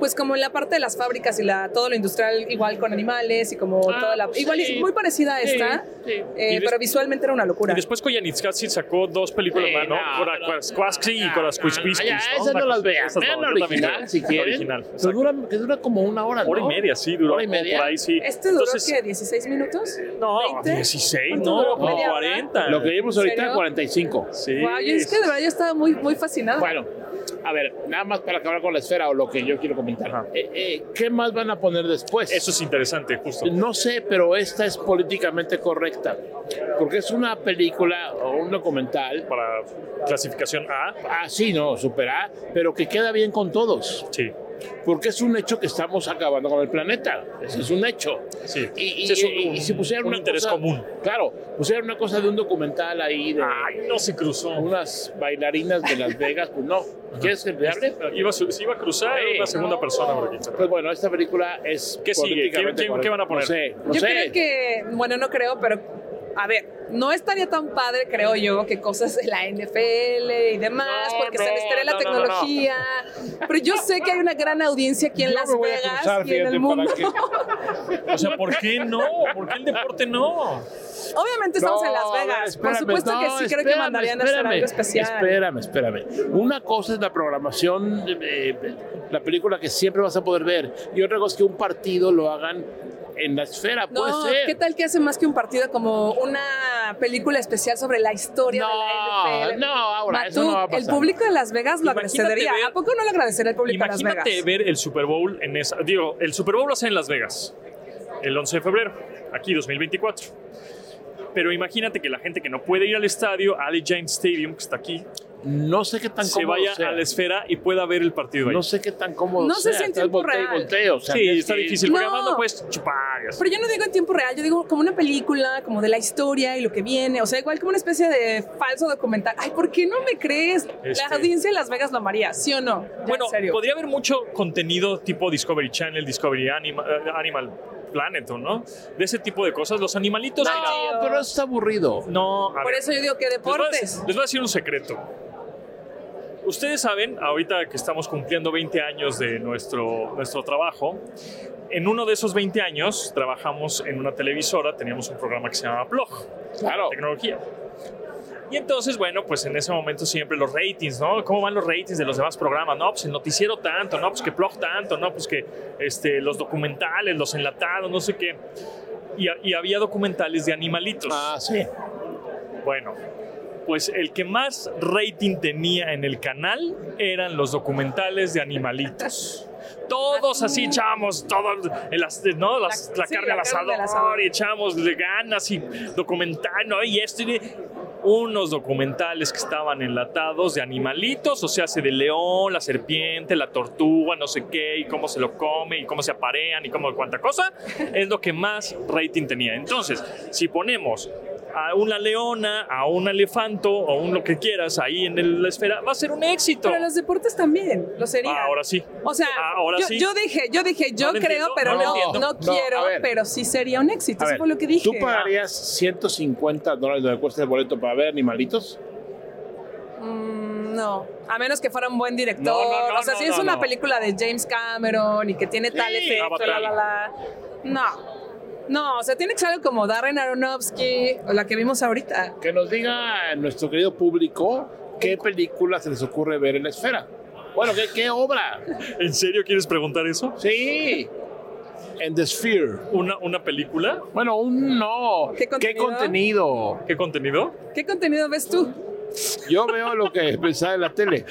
D: pues como la parte de las fábricas y la, todo lo industrial, igual con animales y como
B: Ah,
D: toda la...
B: pues
D: igual
B: sí.
D: es muy parecida a esta,
B: Sí, sí.
D: eh,
C: Y des-
D: pero visualmente era una locura.
C: Y después Koyaanisqatsi sacó dos películas
B: Sí,
C: más, ¿no?
B: no,
C: Cora-
B: no,
C: Quas- Quasqui y
B: no,
C: Corasquisquisquis,
B: no, ya,
C: ¿no?
B: Esas
C: Una
B: no las
C: cosa-
B: vean.
C: esas no,
B: Vean la
C: yo también
B: original
C: veo.
B: si
C: La
B: quieren.
C: original,
B: Pero
C: exacto.
B: dura- que dura como una hora, ¿no?
C: Hora y media, sí, duró.
B: Hora y
C: como
B: media.
C: Por ahí, sí.
D: Este duró
C: Entonces,
D: que 16 minutos.
C: No,
D: 20?
C: 16,
D: ¿Cuánto
C: no,
D: duró?
C: como
D: ¿Media hora?
C: 40.
B: Lo que vimos
D: ¿En
B: ahorita,
D: serio?
B: 45.
C: Sí.
D: Wow, yo es que de verdad yo estaba muy, muy fascinada.
B: Bueno, a ver, nada más para acabar con la esfera o lo que yo quiero
C: Ajá.
B: comentar. Eh, eh, ¿Qué más van a poner después?
C: Eso es interesante, justo.
B: No sé, pero esta es políticamente correcta. Porque es una película o un documental,
C: Para clasificación A,
B: así no, supera, pero que queda bien con todos.
C: sí.
B: Porque es un hecho que estamos acabando con el planeta. Ese es un hecho.
C: Sí.
B: Y, y-
C: Sí, es un-
B: y- y si pusieran
C: un
B: una
C: interés
B: cosa-
C: común.
B: Claro, pusieran una cosa de un documental ahí de
C: Ay, no se cruzó.
B: unas bailarinas de Las Vegas, pues no. ¿Quieres que te hable?
C: Este Iba, a su- se iba a cruzar
B: Sí.
C: una segunda persona por aquí.
B: Pues bueno, esta película es.
C: ¿Qué sigue?
B: políticamente
C: ¿Quién- quién- qué van a poner?
B: No sé, no
D: yo
B: sé.
D: creo que, bueno, no creo, pero a ver, no estaría tan padre, creo yo, que cosas de la NFL y demás,
C: No,
D: porque se
C: no,
D: necesitaría la
C: no, no, no, no.
D: tecnología. Pero yo sé que hay una gran audiencia aquí en
B: Yo
D: Las
B: me voy a
D: Vegas
B: cruzar,
D: y en el
B: fíjate,
D: mundo. (laughs)
B: para que-
C: O sea, ¿por qué no? ¿Por qué el deporte no?
D: Obviamente estamos
B: No,
D: en Las
B: a ver,
D: Vegas. Por
B: espérame,
D: supuesto que
B: no,
D: sí, creo que
B: espérame,
D: mandarían a hacer
B: espérame,
D: algo especial.
B: Espérame, espérame. Una cosa es la programación, eh, la película que siempre vas a poder ver, y otra cosa es que un partido lo hagan en la esfera,
D: No,
B: puede ser.
D: ¿qué tal que hace más que un partido como una película especial sobre la historia de la
B: no,
D: NFL?
B: no, ahora, eso
D: Matú,
B: no va a pasar.
D: El público de Las Vegas lo
C: Imagínate
D: agradecería.
C: ver-
D: ¿A poco no lo agradecería el público de Las Vegas?
C: Imagínate ver el Super Bowl en esa. Digo, el Super Bowl lo hacen en Las Vegas, el 11 de febrero, aquí 2024. Pero imagínate que la gente que no puede ir al estadio, Ali James Stadium, que está aquí,
B: No sé qué tan
C: se
B: cómodo
C: vaya
B: sea.
C: a la esfera y pueda ver el partido ahí.
B: No sé qué tan cómodo
D: No se
B: sea.
D: siente
B: Estás
D: en
B: voltea y
D: real.
B: voltea, o sea,
C: sí,
B: es
C: está
B: que-
C: difícil, porque
D: No.
C: además no puedes chupar. y así.
D: Pero yo no digo en tiempo real, yo digo como una película, como de la historia y lo que viene, o sea, igual como una especie de falso documental. Ay, ¿por qué no me crees?
C: Este-
D: La audiencia de Las Vegas lo amaría, ¿sí o no? Ya,
C: Bueno,
D: en serio.
C: podría haber mucho contenido tipo Discovery Channel, Discovery Anima- eh, Animal Planet, ¿o ¿no? De ese tipo de cosas. Los animalitos.
D: No.
C: mira,
B: No, pero eso está aburrido.
C: no a
D: Por
C: ver,
D: eso yo digo que
C: les voy, a,
D: deportes.
C: les voy a decir un secreto. Ustedes saben, ahorita que estamos cumpliendo 20 años de nuestro, nuestro trabajo, en uno de esos 20 años trabajamos en una televisora, teníamos un programa que se llamaba Plog.
B: Claro.
C: tecnología. Y entonces, bueno, pues en ese momento siempre los ratings, ¿no? ¿Cómo van los ratings de los demás programas? No, pues el noticiero tanto, no, pues que blog tanto, no, pues que este, los documentales, los enlatados, no sé qué. Y, ha- y había documentales de animalitos.
B: Ah, sí.
C: Bueno, pues el que más rating tenía en el canal eran los documentales de animalitos. Todos así echamos, todos, el as- ¿no? Las- la,
D: La- sí,
C: carne
D: la
C: al
D: carne
C: asador,
D: al asador.
C: y echamos de ganas y documentando y esto y de- unos documentales que estaban enlatados de animalitos, o sea, se de león, la serpiente, la tortuga, no sé qué, y cómo se lo come, y cómo se aparean, y cómo cuánta cosa, es lo que más rating tenía. Entonces, si ponemos a una leona, a un elefanto, o un lo que quieras ahí en el- la esfera, va a ser un éxito.
D: Pero los deportes también, lo sería.
C: Ah, ahora sí.
D: O sea,
C: Ahora
D: yo,
C: sí.
D: yo dije, yo dije, yo
C: No lo
D: creo,
C: entiendo,
D: pero
C: no lo
D: no,
C: entiendo.
D: no
B: No,
D: quiero,
B: a ver.
D: pero sí sería un éxito.
B: A
D: Eso
B: ver,
D: fue lo que dije.
B: ¿Tú pagarías 150 dólares lo que cuesta el boleto para ver animalitos?
D: Mm, no, a menos que fuera un buen director.
C: No, no, no,
D: o sea,
C: no,
D: si es
C: no,
D: una
C: no.
D: película de James Cameron y que tiene
C: Sí,
D: tal efecto, la,
C: Avatar.
D: la, la. No. No, o sea, tiene que ser algo como Darren Aronofsky, o la que vimos ahorita.
B: Que nos diga a nuestro querido público qué película se les ocurre ver en la esfera. Bueno, ¿qué, qué obra?
C: ¿En serio quieres preguntar eso?
B: Sí. En The Sphere.
C: ¿Una, una película?
B: Bueno, un no.
D: ¿Qué contenido?
B: contenido?
C: ¿Qué contenido?
D: ¿Qué contenido ves tú?
B: Yo veo lo que pensaba en la tele.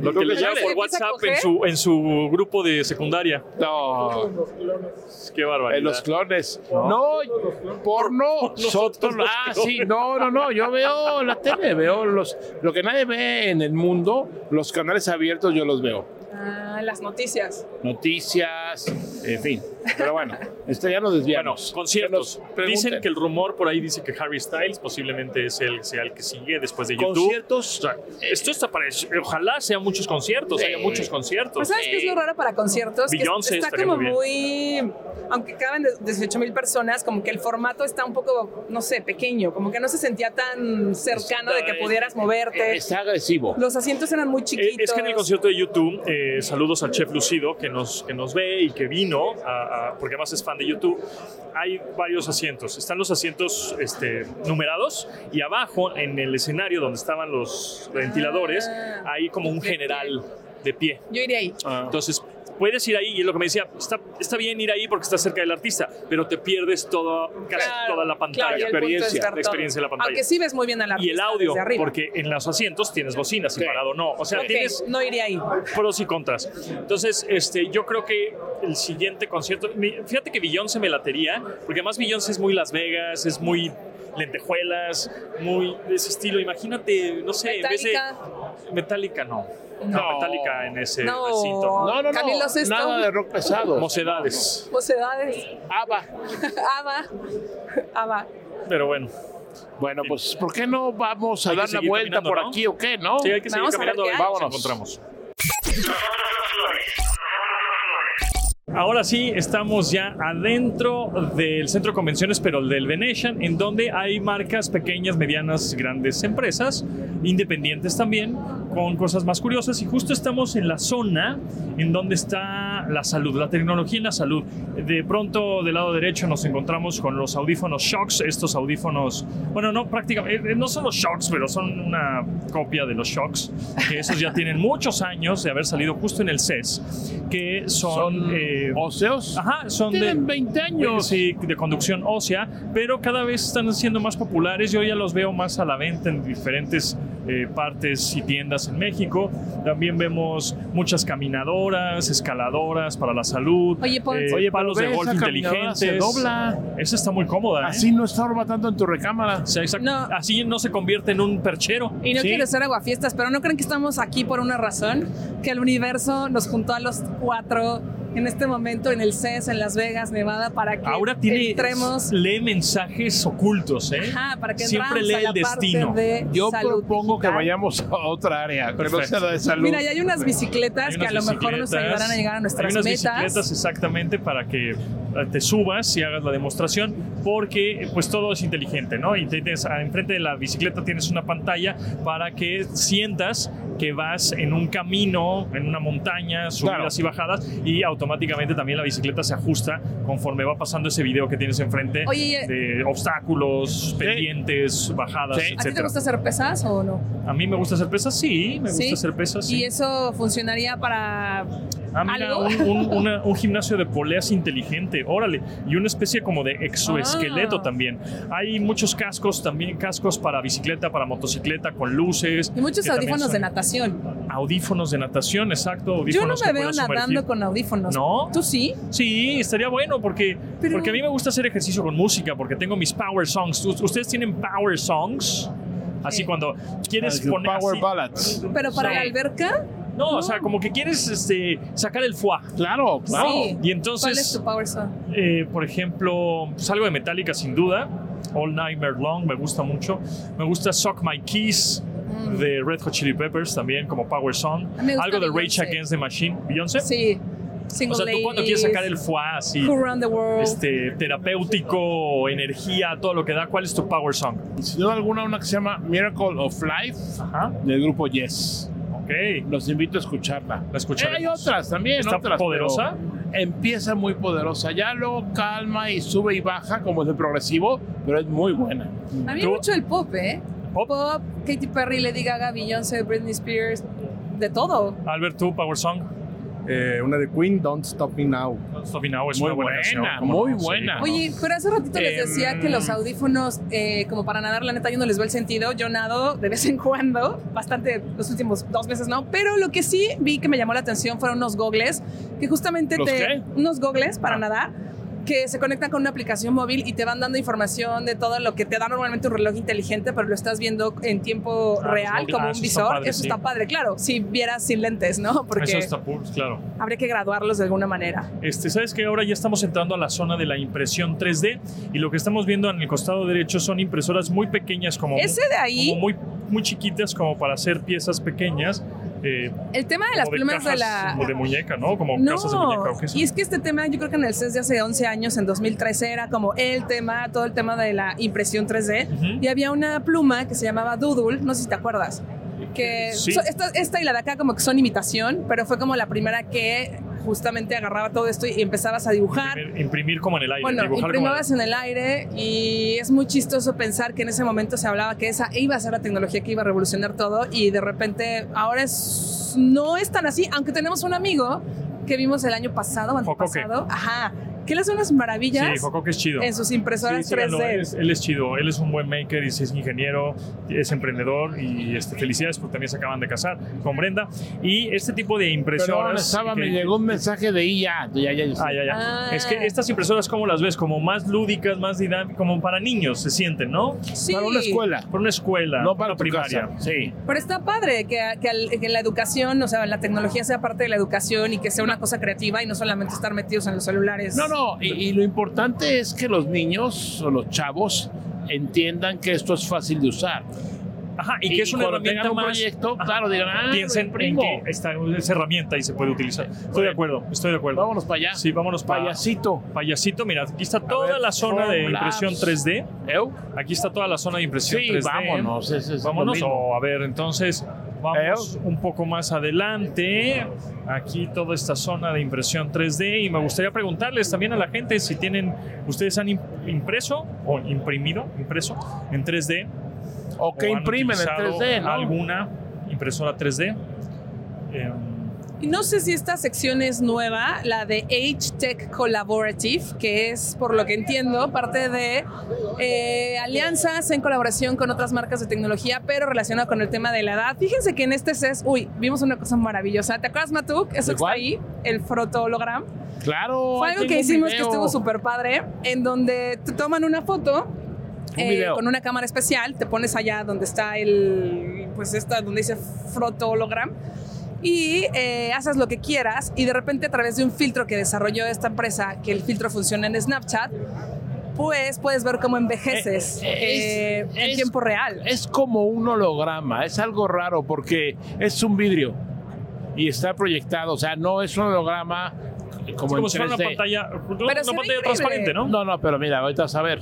C: Lo que le
B: llama
C: lleva por
D: ¿Empieza a
C: WhatsApp
D: coger?
C: en su, en su grupo de secundaria.
B: No,
C: Qué barbaridad.
B: en los clones. No, porno,
C: Nosotros
B: sotro-
C: los
B: Ah,
C: clones.
B: sí, no, no, no. Yo veo la tele, veo los, lo que nadie ve en el mundo, los canales abiertos, yo los veo.
D: Ah, las noticias.
B: Noticias, en fin. Pero bueno, este ya nos
C: bueno,
B: desviamos.
C: conciertos.
B: Que nos pregunten.
C: Dicen que el rumor por ahí dice que Harry Styles posiblemente es el, sea el que sigue después de YouTube.
B: conciertos.
C: Esto está para. Ojalá sean muchos conciertos,
B: Sí.
C: haya muchos conciertos.
D: Pues, ¿Sabes qué es lo raro para conciertos? Que
C: Beyoncé
D: está
C: estaría
D: como
C: muy
D: muy. Aunque caben 18 mil personas, como que el formato está un poco, no sé, pequeño. Como que no se sentía tan cercano de que pudieras moverte.
B: Está agresivo.
D: Los asientos eran muy
C: Eh,
D: chiquitos.
C: Es que en el concierto de YouTube, eh, saludos al chef Lucido que nos, que nos ve y que vino, a- a- porque además es fan de YouTube. Hay varios asientos. Están los asientos este, numerados y abajo, en el escenario donde estaban los ventiladores,
D: Ah.
C: hay como un
D: De pie.
C: general de pie.
D: Yo iría ahí.
C: Entonces, puedes ir ahí, y es lo que me decía, está, está bien ir ahí porque estás cerca del artista, pero te pierdes todo, casi
D: Claro,
C: toda la pantalla.
D: claro, y el
B: experiencia,
D: punto es ver
C: la experiencia
D: todo.
C: de la pantalla.
D: Aunque sí ves muy bien a la
C: y el audio,
D: desde arriba.
C: porque en los asientos tienes bocinas y
B: Sí.
C: parado no. O sea,
D: Ok,
C: tienes
D: no iría ahí.
C: pros y contras. Entonces, este, yo creo que el siguiente concierto, mi- fíjate que Beyoncé me latería, porque además Beyoncé es muy Las Vegas, es muy lentejuelas, muy de ese estilo. Imagínate, no sé, en
D: Metallica.
C: vez de Metallica no. No,
B: No.
C: Metallica en ese
D: No.
C: recinto.
B: No, no, no.
D: Camilo Sesto.
B: Nada de rock pesado. Ah,
C: Mocedades.
D: Mocedades. (laughs)
B: Ava.
D: Ava. Ava.
C: Pero bueno,
B: Bueno, pues, ¿por qué no vamos a
C: Hay que
B: dar la
C: seguir
B: vuelta
C: caminando,
B: por
C: ¿no?
B: aquí o qué, no?
C: sí, hay que seguir
D: Vamos a ver
C: caminando.
D: qué hay.
C: Vámonos.
B: Vámonos.
C: encontramos. Ahora sí, estamos ya adentro del centro de convenciones, pero el del Venetian, en donde hay marcas pequeñas, medianas, grandes empresas, independientes también, con cosas más curiosas. Y justo estamos en la zona en donde está la salud, la tecnología en la salud. De pronto, del lado derecho, nos encontramos con los audífonos Shocks, estos audífonos, bueno, no prácticamente, eh, no son los Shocks, pero son una copia de los Shocks, que esos ya tienen muchos años de haber salido justo en el CES, que son...
B: Son
C: eh,
B: oseos.
C: Ajá, son de,
B: Tienen 20 años.
C: sí, de conducción ósea, pero cada vez están siendo más populares. Yo ya los veo más a la venta en diferentes eh, partes y tiendas en México. También vemos muchas caminadoras, escaladoras para la salud,
D: Oye, Ponce.
C: eh,
B: Oye, pero
C: palos de
B: ve,
C: golf
B: esa caminadora
C: inteligentes.
B: se dobla.
C: Esa está muy cómoda. ¿eh?
B: Así no estorba tanto en tu recámara.
C: O sea, exacto.
D: No.
C: Así no se convierte en un perchero.
D: Y no
B: Sí.
D: quiero ser aguafiestas, pero ¿no creen que estamos aquí por una razón? Que el universo nos juntó a los cuatro en este momento en el CES, en Las Vegas, Nevada, para que
C: Ahora tiene,
D: entremos...
C: lee mensajes ocultos, ¿eh?
D: Ajá, para que
C: Siempre
D: entramos
C: lee
D: a la
C: el destino.
D: parte de
B: Yo
D: salud
B: propongo que
D: digital.
B: vayamos a otra área, pero no
C: Perfecto.
B: sea la de salud.
D: Mira, ya hay unas bicicletas
C: Hay
D: que
C: unas
D: a lo mejor nos
C: bicicletas,
D: ayudarán a llegar a nuestras
C: Hay unas
D: metas.
C: bicicletas exactamente para que eh, te subas y hagas la demostración, porque eh, pues todo es inteligente, ¿no? Y tienes ah, enfrente de la bicicleta tienes una pantalla para que sientas que vas en un camino, en una montaña,
B: Claro.
C: subidas y bajadas, y automáticamente también la bicicleta se ajusta conforme va pasando ese video que tienes enfrente (laughs)
D: Oye,
C: de obstáculos, pendientes, bajadas,
B: Sí.
D: ¿a ti te
C: etcétera.
D: gusta hacer pesas o no?
C: A mí me gusta hacer pesas, sí, me
D: ¿Sí?
C: gusta hacer pesas. Sí.
D: Y eso funcionaría para...
C: Ah, mira,
D: ¿Algo?
C: un, un- una- un gimnasio de poleas inteligente, órale, y una especie como de exoesqueleto
D: Ah.
C: también. Hay muchos cascos también, cascos para bicicleta, para motocicleta, con luces.
D: Y muchos
C: que también
D: audífonos de
C: son
D: natación.
C: Audífonos de natación, exacto.
D: Yo no
C: audífonos
D: me
C: que
D: veo
C: puedes
D: nadando
C: sumergir.
D: con audífonos.
C: ¿No?
D: ¿Tú sí?
C: Sí, estaría bueno porque,
D: Pero-
C: porque a mí me gusta hacer ejercicio con música, porque tengo mis power songs. ¿Ust- ¿Ustedes tienen power songs? Así
D: Sí.
C: cuando quieres
B: Ah,
C: poner
B: Power
C: así-
B: Ballads.
D: Pero para
C: Sí.
D: la alberca,
C: No, o sea, como que quieres este, sacar el foie.
B: Claro, claro.
D: Sí.
C: Y
D: ¿cuál
C: entonces
D: es tu power song?
C: Eh, por ejemplo, pues algo de Metallica sin duda. All Nightmare Long me gusta mucho. Me gusta Suck My Keys de Red Hot Chili Peppers también como Power Song.
D: Mm. A mí me gusta
C: Algo de Rage
D: Beyoncé.
C: Against the Machine. Beyoncé.
D: Sí.
C: ¿eh? o
D: Single
C: sea, tú cuando quieres
D: Ladies,
C: sacar el foie así,
D: Who Run the World.
C: este, terapéutico, energía, todo lo que da, ¿cuál es tu Power Song?
B: Sin duda alguna, una que se llama Miracle of Life
C: Ajá.
B: del grupo Yes.
C: Ok.
B: Los invito a escucharla.
C: La escucharemos.
B: hay otras también.
C: ¿Está
B: otras,
C: poderosa?
B: pero Empieza muy poderosa. Ya luego calma y sube y baja, como es de progresivo, pero es muy buena.
D: A mí
C: ¿Tú?
D: mucho el pop, ¿eh?
C: Pop.
D: Katy Perry, Lady Gaga, Beyoncé, Britney Spears, de todo.
C: Albert, tu Power Song.
G: Eh, una de Queen, Don't Stop Me Now.
C: Don't Stop Me Now es
B: Muy
C: una buena,
B: buena,
C: canción, ¿cómo
B: muy
C: no? Sí.
B: buena.
D: Oye, pero hace ratito les
B: Em,
D: decía que los audífonos, eh, como para nadar, la neta, yo no les veo el sentido. Yo nado de vez en cuando, bastante los últimos dos meses, ¿no? Pero lo que sí vi que me llamó la atención fueron unos gogles, que justamente
B: ¿Los
D: te.
B: qué?
D: Unos gogles para
C: Ah.
D: nadar que se conectan con una aplicación móvil y te van dando información de todo lo que te da normalmente un reloj inteligente, pero lo estás viendo en tiempo
C: Ah, los
D: real,
C: gogles.
D: como
C: Ah,
D: un
C: eso está
D: visor.
C: padre,
D: eso
C: sí.
D: está padre, claro, si vieras sin lentes, ¿no?
C: Eso
D: Porque
C: está pu- claro.
D: habría que graduarlos de alguna manera.
C: Este, Sabes que ahora ya estamos entrando a la zona de la impresión 3D y lo que estamos viendo en el costado derecho son impresoras muy pequeñas, como,
D: Ese de ahí...
C: como muy, muy chiquitas, como para hacer piezas pequeñas. eh,
D: El tema de las
C: como
D: plumas de
C: cajas,
D: la...
C: como de muñeca, ¿no? Como
D: No,
C: casas de muñeca o qué es
D: y es que este tema, yo creo que en el CES de hace 11 años, en 2013, era como el tema, todo el tema de la impresión 3D.
C: Ujú.
D: Y había una pluma que se llamaba Doodle, no sé si te acuerdas. Que
C: Sí.
D: so- esta, esta y la de acá como que son imitación, pero fue como la primera que justamente agarraba todo esto y empezabas a dibujar.
C: imprimir, imprimir como en el aire,
D: Bueno,
C: dibujar como en el
D: imprimabas en el aire y es muy chistoso pensar que en ese momento se hablaba que esa iba a ser la tecnología que iba a revolucionar todo y de repente ahora es- no es tan así, aunque tenemos un amigo que vimos el año pasado,
C: Jocoque.
D: antepasado, ajá, que le hace unas
C: aire.
D: maravillas
C: Sí, Joco, que es chido.
D: en sus
C: Sí,
D: impresoras
C: síganlo,
D: 3D.
C: él, es, él es chido, él es un buen maker, y sí es ingeniero, es emprendedor y este, felicidades porque también se acaban de casar con Brenda. Y este tipo de
B: Pero
C: impresoras...
B: estaba, me
C: que-
B: llegó un mensaje de IA. Ya, ya, ya.
C: Ah, ya, ya.
D: Ah.
C: Es que estas impresoras, ¿cómo las ves? Como más lúdicas, más dinámicas, como para niños se sienten, ¿no?
D: Sí,
B: Para una escuela.
C: Para una escuela,
B: No para
C: una
B: tu
C: primaria.
B: casa. Sí.
D: pero está padre que, que al- que la educación, o sea, la tecnología sea parte de la educación y que sea una cosa creativa y no solamente estar metidos en los celulares.
B: No, no, y, y lo importante es que los niños o los chavos entiendan que esto es fácil de usar.
C: Ajá, y, que es una
B: cuando
C: herramienta
B: tengan un
C: más.
B: proyecto,
C: Ajá.
B: claro, digan, ah,
C: Piensen en
B: primo,
C: que eh, esta es herramienta y se puede utilizar. Estoy de
B: Bueno.
C: acuerdo, estoy de acuerdo.
B: vámonos para allá.
C: Sí, vámonos para
B: Payasito.
C: Payasito, mira, aquí está toda
B: ver,
C: la zona de
B: Formlabs.
C: impresión 3D.
B: ¿Eu?
C: Aquí está toda la zona de impresión
B: Sí,
C: 3D.
B: vámonos. ese es lo
C: Vámonos.
B: mismo.
C: O a ver, entonces vamos un poco más adelante. Aquí toda esta zona de impresión 3D. Y me gustaría preguntarles también a la gente si tienen, ustedes han im- impreso o imprimido, impreso en 3D.
B: O que
C: han
B: imprimen en
C: utilizado
B: 3D, ¿no?
C: Alguna impresora 3D. Em,
D: Y no sé si esta sección es nueva, la de Age Tech Collaborative, que es, por lo que entiendo, parte de eh, alianzas en colaboración con otras marcas de tecnología, pero relacionado con el tema de la edad. Fíjense que en este CES, uy, vimos una cosa maravillosa. ¿Te acuerdas, Matuk? Eso
B: ¿De
D: que está
B: cuál?
D: ahí, el frotologram.
B: Claro.
D: Fue
B: ahí
D: algo
B: tengo
D: que
B: un
D: hicimos que
B: video.
D: estuvo súper padre, en donde te toman una foto eh,
B: video.
D: con una cámara especial, te pones allá donde está el, pues esta, donde dice fotologram y eh, haces lo que quieras y de repente a través de un filtro que desarrolló esta empresa, que el filtro funciona en Snapchat, pues puedes ver cómo envejeces
B: Eh, eh, es-
D: eh, en
B: es-
D: tiempo real.
B: Es como un holograma, es algo raro porque es un vidrio y está proyectado, o sea, no es un holograma como,
C: como
B: en
C: si fuera una
B: 3D.
C: pantalla, una
D: se ve
C: pantalla
D: increíble.
C: transparente, ¿no?
B: No, no, pero mira, ahorita vas a ver.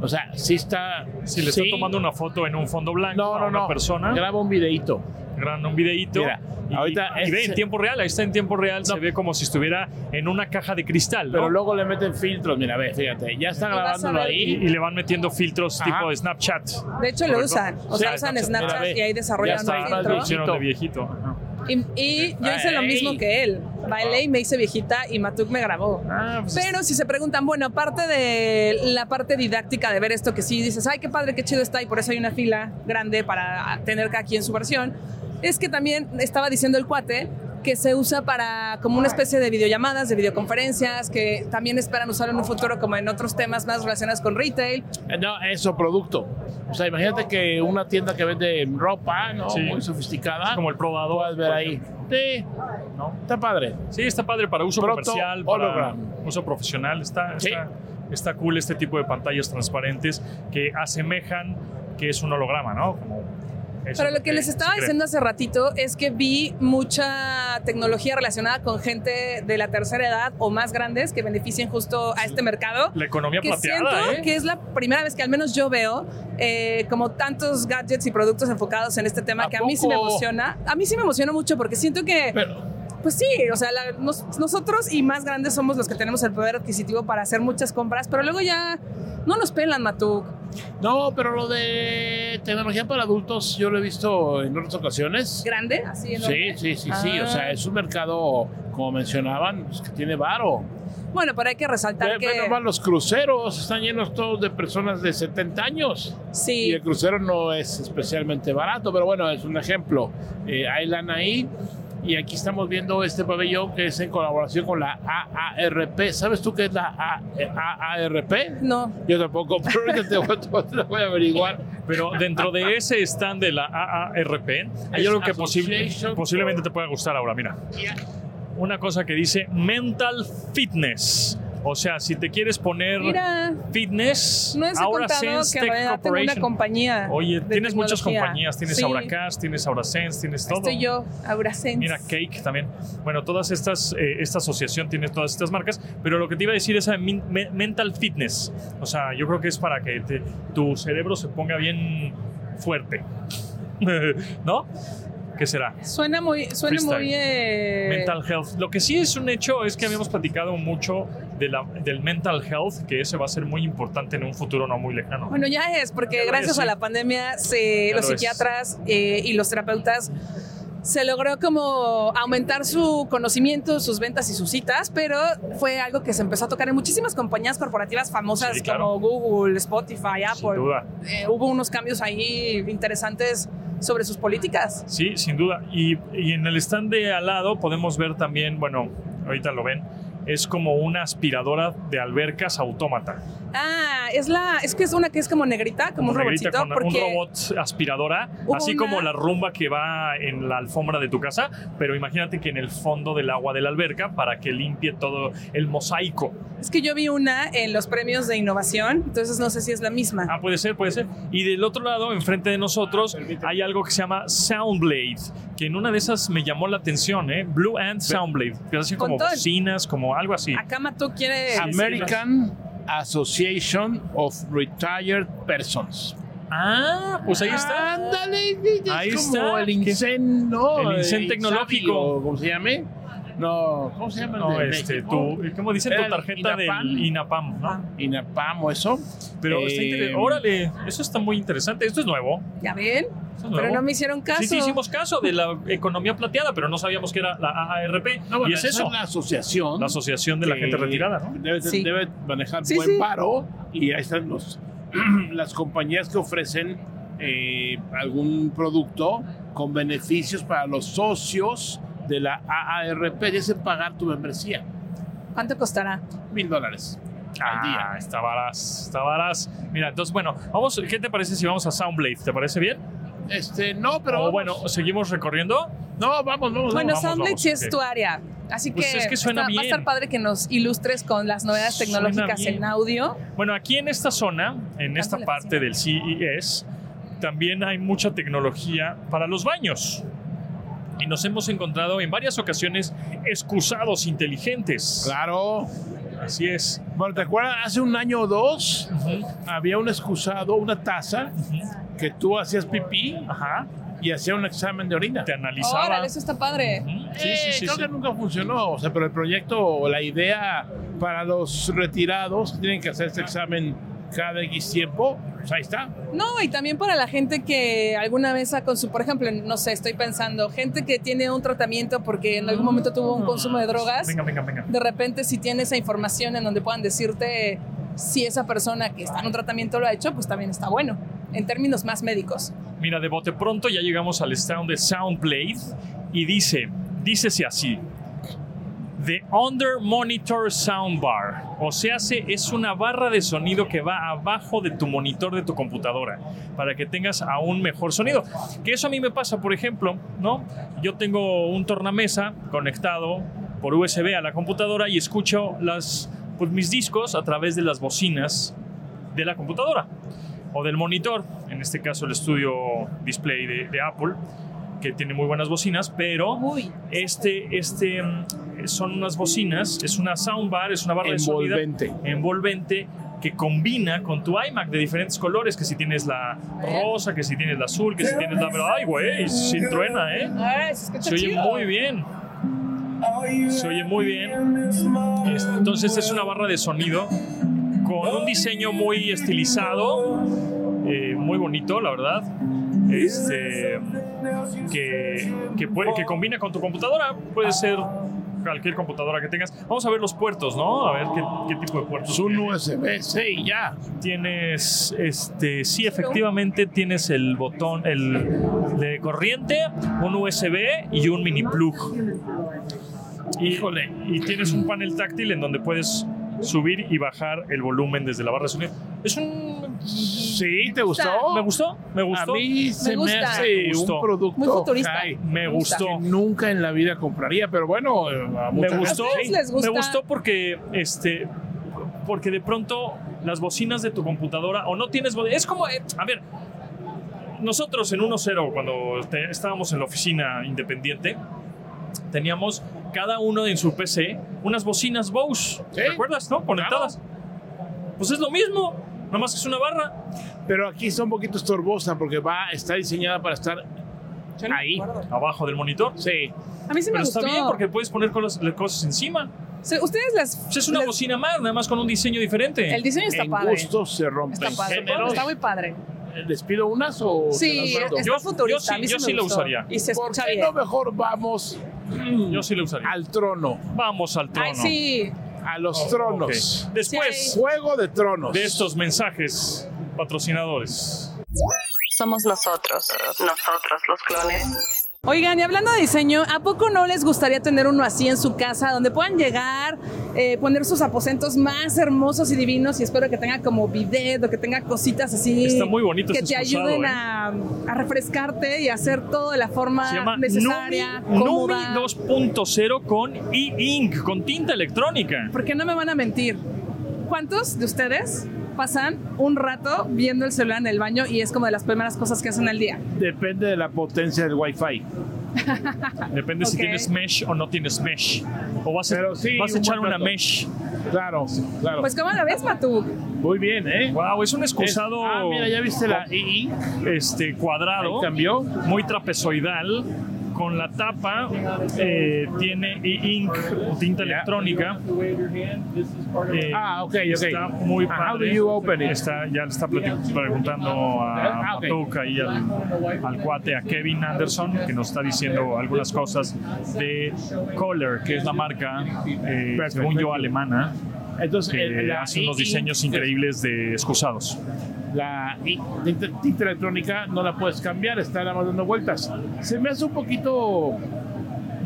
B: O sea, sí está.
C: Si le
B: sí.
C: están tomando una foto en un fondo blanco
B: No,
C: a
B: no,
C: una
B: no.
C: persona,
B: Graba un videíto.
C: gran un videíto.
B: Mira,
C: y,
B: ahorita
C: y
B: es-
C: ve en tiempo real, ahí está en tiempo real, se ve como si estuviera en una caja de cristal, ¿no?
B: Pero luego le meten filtros. Mira, ve, fíjate. Ya está
D: Y vas a
B: grabándolo
D: ver-
C: y,
B: ahí.
C: y le van metiendo filtros
B: Ajá. Ah,
C: tipo de Snapchat.
D: De hecho, lo
C: Correcto.
D: usan. O sea,
B: Sí, Snapchat,
D: usan
B: mira,
D: Snapchat
B: ve.
D: y ahí desarrollan
B: está,
D: un
B: más
D: filtro.
B: viejito.
C: Hicieron de viejito. Ajá.
D: Y, y yo hice lo
B: Ay.
D: mismo que él. Bailé y me hice viejita y Matuk me grabó.
B: Ah, pues
D: Pero si se preguntan, bueno, aparte de la parte didáctica de ver esto, que sí dices, ay, qué padre, qué chido está, y por eso hay una fila grande para tener cada quien su versión, es que también estaba diciendo el cuate que se usa para como una especie de videollamadas, de videoconferencias, que también esperan usarlo en un futuro como en otros temas más relacionados con retail.
B: eh, No, eso, producto. O sea, imagínate que una tienda que vende ropa, ¿no?
C: Sí.
B: Muy sofisticada.
C: Es como el probador.
B: Ah, Puedes ver
C: por
B: ahí.
C: ejemplo.
B: Sí. Está padre.
C: Sí, está padre para uso
B: Proto
C: comercial, para
B: hologram.
C: uso profesional. Está,
B: Sí.
C: está, está cool este tipo de pantallas transparentes que asemejan que es un holograma, ¿no? Como eso
D: Pero lo que les
C: se
D: estaba
C: cree.
D: diciendo hace ratito es que vi mucha tecnología relacionada con gente de la tercera edad o más grandes que beneficien justo a este mercado.
C: La economía
D: que
C: plateada,
D: siento
C: ¿eh?
D: que es la primera vez que al menos yo veo eh, como tantos gadgets y productos enfocados en este tema
B: ¿A
D: que a mí sí me
B: poco?
D: emociona. A mí sí me emociona mucho porque siento que,
B: Pero,
D: pues sí, o sea, la- nos- nosotros y más grandes somos los que tenemos el poder adquisitivo para hacer muchas compras, pero luego ya no nos pelan, Matuk.
B: no, pero lo de tecnología para adultos yo lo he visto en otras ocasiones.
D: Grande, así
B: Sí,
D: enorme.
B: sí, sí, sí.
D: Ah.
B: O sea, es un mercado, como mencionaban, pues, que tiene varo.
D: Bueno, pero hay que resaltar
B: Ve-
D: que.
B: ve nomás los cruceros están llenos todos de personas de 70 años.
D: sí.
B: Y el crucero no es especialmente barato, pero bueno, es un ejemplo. Eh, hay lana ahí. Y aquí estamos viendo este pabellón que es en colaboración con la AARP. ¿Sabes tú qué es la A- eh, AARP?
D: No,
B: Yo tampoco, (laughs) pero ahorita te voy, te lo voy a averiguar.
C: Pero dentro de ese stand de la AARP, hay
B: Es
C: algo que posible-
B: Association
C: posiblemente te pueda gustar ahora, mira. Una cosa que dice mental fitness. O sea, si te quieres poner
D: mira,
C: fitness,
D: no les he
C: ahora
D: contado
C: Sense
D: que
C: Tech
D: en realidad tengo una
C: Corporation.
D: compañía.
C: Oye,
D: de
C: tienes muchas
D: tecnología.
C: compañías, tienes
D: Sí,
C: Auracast, tienes Aurasense, tienes
D: ahí
C: todo.
D: Estoy yo, Aurasense.
C: Mira, Cake también. Bueno, todas estas, eh, esta asociación tiene todas estas marcas, pero lo que te iba a decir es eh, min- me- mental fitness. O sea, yo creo que es para que te- tu cerebro se ponga bien fuerte. (laughs) ¿No? ¿Qué será?
D: Suena muy, suena
C: Freestyle.
D: muy. eh,
C: Mental health. Lo que sí es un hecho es que habíamos platicado mucho de la- del mental health, que ese va a ser muy importante en un futuro no muy lejano.
D: Bueno, ya es, porque
C: Ya lo
D: gracias
C: es,
D: a
C: sí.
D: la pandemia se,
C: Ya
D: los
C: lo es.
D: psiquiatras eh, y los terapeutas se logró como aumentar su conocimiento, sus ventas y sus citas, pero fue algo que se empezó a tocar en muchísimas compañías corporativas famosas
C: Sí, claro.
D: como Google, Spotify,
C: Sin
D: Apple.
C: duda.
D: Eh, hubo unos cambios ahí interesantes sobre sus políticas.
C: Sí, sin duda. Y, y en el stand de al lado podemos ver también, bueno, ahorita lo ven, es como una aspiradora de albercas autómata.
D: Ah, es la, es que es una que es como negrita, como, un
C: negrita
D: robotito,
C: con un
D: porque
C: robot aspiradora,
D: Hubo
C: así
D: una-
C: como la rumba que va en la alfombra de tu casa, pero imagínate que en el fondo del agua de la alberca para que limpie todo el mosaico.
D: es que yo vi una en los premios de innovación, entonces no sé si es la misma.
C: Ah, puede ser, puede ser. Y del otro lado, enfrente de nosotros, hay algo que se llama Soundblade, que en una de esas me llamó la atención, ¿eh? Blue and Soundblade, que es así
D: Con
C: como
D: todo el-
C: bocinas, como algo así.
D: Acá Matú quiere
B: American Association of Retired Persons.
C: Ah, pues ahí está.
B: Ándale, es
C: Ahí
B: como
C: está.
B: el incen, ¿no?
C: El incen
B: Insabi,
C: tecnológico.
B: o ¿Cómo se llame? No, ¿cómo se llama? el
C: No,
B: de
C: este,
B: México?
C: tu, ¿cómo dice
B: Era
C: tu
B: el
C: tarjeta
B: INAPAM. Ah.
C: del INAPAM? ¿no?
B: Inapam o eso.
C: Pero está
B: Eh,
C: interesante. Órale, eso está muy interesante. Esto es nuevo.
D: ¿Ya ven? Pero no me hicieron caso.
C: Sí, sí, hicimos caso de la economía plateada, pero no sabíamos que era la AARP.
B: No, bueno,
C: y es
B: esa
C: eso,
B: la asociación.
C: la asociación de la
B: que
C: gente retirada, ¿no?
B: Debe,
D: Sí.
B: debe manejar
D: Sí,
B: buen
D: sí.
B: paro y ahí están los, (clears throat) las compañías que ofrecen eh, algún producto con beneficios para los socios de la AARP. Y hacen pagar tu membresía.
D: ¿Cuánto costará?
C: Pues
B: Mil dólares al
C: Ah,
B: día.
C: está varas, está varas. Mira, entonces, bueno, vamos, ¿qué te parece si vamos a Soundblade? ¿Te parece bien?
B: Este, no, pero.
C: Pero
B: vamos.
C: bueno, seguimos recorriendo.
B: No, vamos, vamos.
D: Bueno,
C: vamos,
D: Soundlet
C: vamos,
D: sí es
C: ok.
D: tu área. Así
C: Pues
D: que,
C: es que suena
D: está- va a
C: bien.
D: estar padre que nos ilustres con las novedades
C: Suena
D: tecnológicas
C: bien.
D: en audio.
C: Bueno, aquí en esta zona, en esta
D: Ándale,
C: parte del CES, también hay mucha tecnología para los baños. Y nos hemos encontrado en varias ocasiones excusados inteligentes.
B: Claro.
C: Así es.
B: Bueno, ¿te acuerdas? Hace un año o dos había un excusado, una taza, que tú hacías pipí
C: Ajá.
B: y hacía un examen de orina.
C: Te analizaba.
D: Órale, eso está padre.
C: Ujú.
B: Eh,
C: Sí, sí, sí.
B: creo
C: sí.
B: que nunca funcionó, o sea, pero el proyecto o la idea para los retirados que tienen que hacer este examen cada X tiempo, pues ahí está.
D: No, y también para la gente que alguna vez ha consumido, por ejemplo, no sé, estoy pensando, gente que tiene un tratamiento porque en algún momento tuvo un consumo de drogas,
C: Ah, Venga, venga, venga.
D: de repente si tiene esa información en donde puedan decirte si esa persona que está en un tratamiento lo ha hecho, pues también está bueno, en términos más médicos.
C: Mira, de bote pronto ya llegamos al stand de Soundblade y dice, dícese así. The Under Monitor Soundbar. O sea, se- es una barra de sonido que va abajo de tu monitor de tu computadora para que tengas aún mejor sonido. Que eso a mí me pasa, por ejemplo, ¿no? Yo tengo un tornamesa conectado por USB a la computadora y escucho las, pues, mis discos a través de las bocinas de la computadora o del monitor, en este caso el estudio display de, de Apple, que tiene muy buenas bocinas, pero
D: Uy,
C: este, este mm, son unas bocinas, es una soundbar, es una barra de sonido
B: Envolvente.
C: envolvente que combina con tu iMac de diferentes colores, que si tienes la rosa, que si tienes la azul, que si tienes la... ¡Ay, güey! Sí truena, ¿eh?
D: ahora se escucha
C: Se oye
D: chido.
C: muy bien. Se oye muy bien. Es- Entonces es una barra de sonido con un diseño muy estilizado, eh, muy bonito, la verdad. Este, que, que, puede- que combina con tu computadora. Puede ser cualquier computadora que tengas. Vamos a ver los puertos, ¿no? A ver qué, qué tipo de puertos.
B: Es un
C: tiene.
B: USB-C y ya.
C: Tienes, este, sí, efectivamente tienes el botón, el de corriente, un USB y un mini plug. Híjole, y tienes un panel táctil en donde puedes subir y bajar el volumen desde la barra de sonido. Es un...
B: Sí, ¿te gustó?
C: Me gustó, me gustó.
B: A mí se me,
D: gusta.
B: hace
C: Me gustó.
B: un producto
D: Muy futurista.
B: high.
C: me gustó.
B: que nunca en la vida compraría, pero bueno, eh, a
C: Me
B: mucha
C: gustó,
B: gente sí.
D: ustedes les gusta?
C: me gustó porque este porque de pronto las bocinas de tu computadora o no tienes bo- es como eh, a ver nosotros en 1.0 cuando te- estábamos en la oficina independiente teníamos cada uno en su PC unas bocinas Bose
B: Sí.
C: ¿te acuerdas no conectadas pues es lo mismo nada más que es una barra
B: Pero aquí está un poquito estorbosa porque va, está diseñada para estar ahí.
C: abajo del monitor
B: Sí.
D: A mí sí me
C: pero
D: gustó.
C: está bien porque puedes poner cosas, cosas encima
D: Se- Ustedes las...
C: Pues es una
D: les-
C: bocina más nada más con un diseño diferente
D: El diseño está
B: en
D: padre.
B: gusto se rompen
D: Está padre,
B: géneros.
D: está muy padre.
B: ¿Les pido unas o se
D: Sí,
B: las mando?
D: está
C: Yo- yo
D: futurista.
C: sí-
D: a mí sí
C: yo
D: me
C: sí lo
D: gustó.
C: usaría.
D: Y se
B: ¿Por
D: escucha
B: qué
D: bien.
B: no mejor vamos
C: Yo sí lo usaría.
B: al trono,
C: Vamos al trono.
D: Ay, sí.
B: a los
C: Oh,
B: tronos?
C: ok. Después
D: Sí.
B: Juego de tronos.
C: de estos mensajes patrocinadores.
H: Somos nosotros, nosotros los clones.
D: Oigan, y hablando de diseño, ¿a poco no les gustaría tener uno así en su casa, donde puedan llegar, eh, poner sus aposentos más hermosos y divinos? Y espero que tenga como bidet o que tenga cositas así.
C: Está muy bonito
D: Que
C: ese
D: te
C: excusado,
D: ayuden
C: ¿eh?
D: a, a refrescarte y hacer todo de la forma
C: Se llama
D: necesaria.
C: Numi, Numi
D: cómoda.
C: 2.0 con e-ink, con tinta electrónica.
D: Porque no me van a mentir. ¿Cuántos de ustedes pasan un rato viendo el celular en el baño y es como de las primeras cosas que hacen al día?
B: Depende de la potencia del Wi-Fi.
C: Depende si
D: Ok.
C: tienes mesh o no tienes mesh. O vas a,
B: Pero sí,
C: vas a
B: un
C: echar
B: buen
C: una
B: plato.
C: mesh.
B: Claro, claro.
D: Pues, ¿cómo la ves, Matú?
B: Muy bien, ¿eh?
C: Wow, es un excusado
B: Ah, mira, ya viste la I.
C: este, cuadrado,
B: Ahí cambió.
C: muy trapezoidal, con la tapa eh, tiene e-ink o tinta
B: Yeah.
C: electrónica. Eh,
B: Ah, ok, ok.
C: Está muy
B: Ah,
C: padre.
B: how do you open it?
C: Está, ya le está plati- preguntando a
B: Ah, ok.
C: Patuca y al, al cuate, a Kevin Anderson, que nos está diciendo algunas cosas de Kohler, que es la marca, eh, según yo, alemana.
B: Entonces,
C: que
B: el- Eh, la
C: hace unos
B: e-ink-
C: diseños increíbles de excusados.
B: La e- tinta tinta electrónica no la puedes cambiar, está nada más dando vueltas. Se me hace un poquito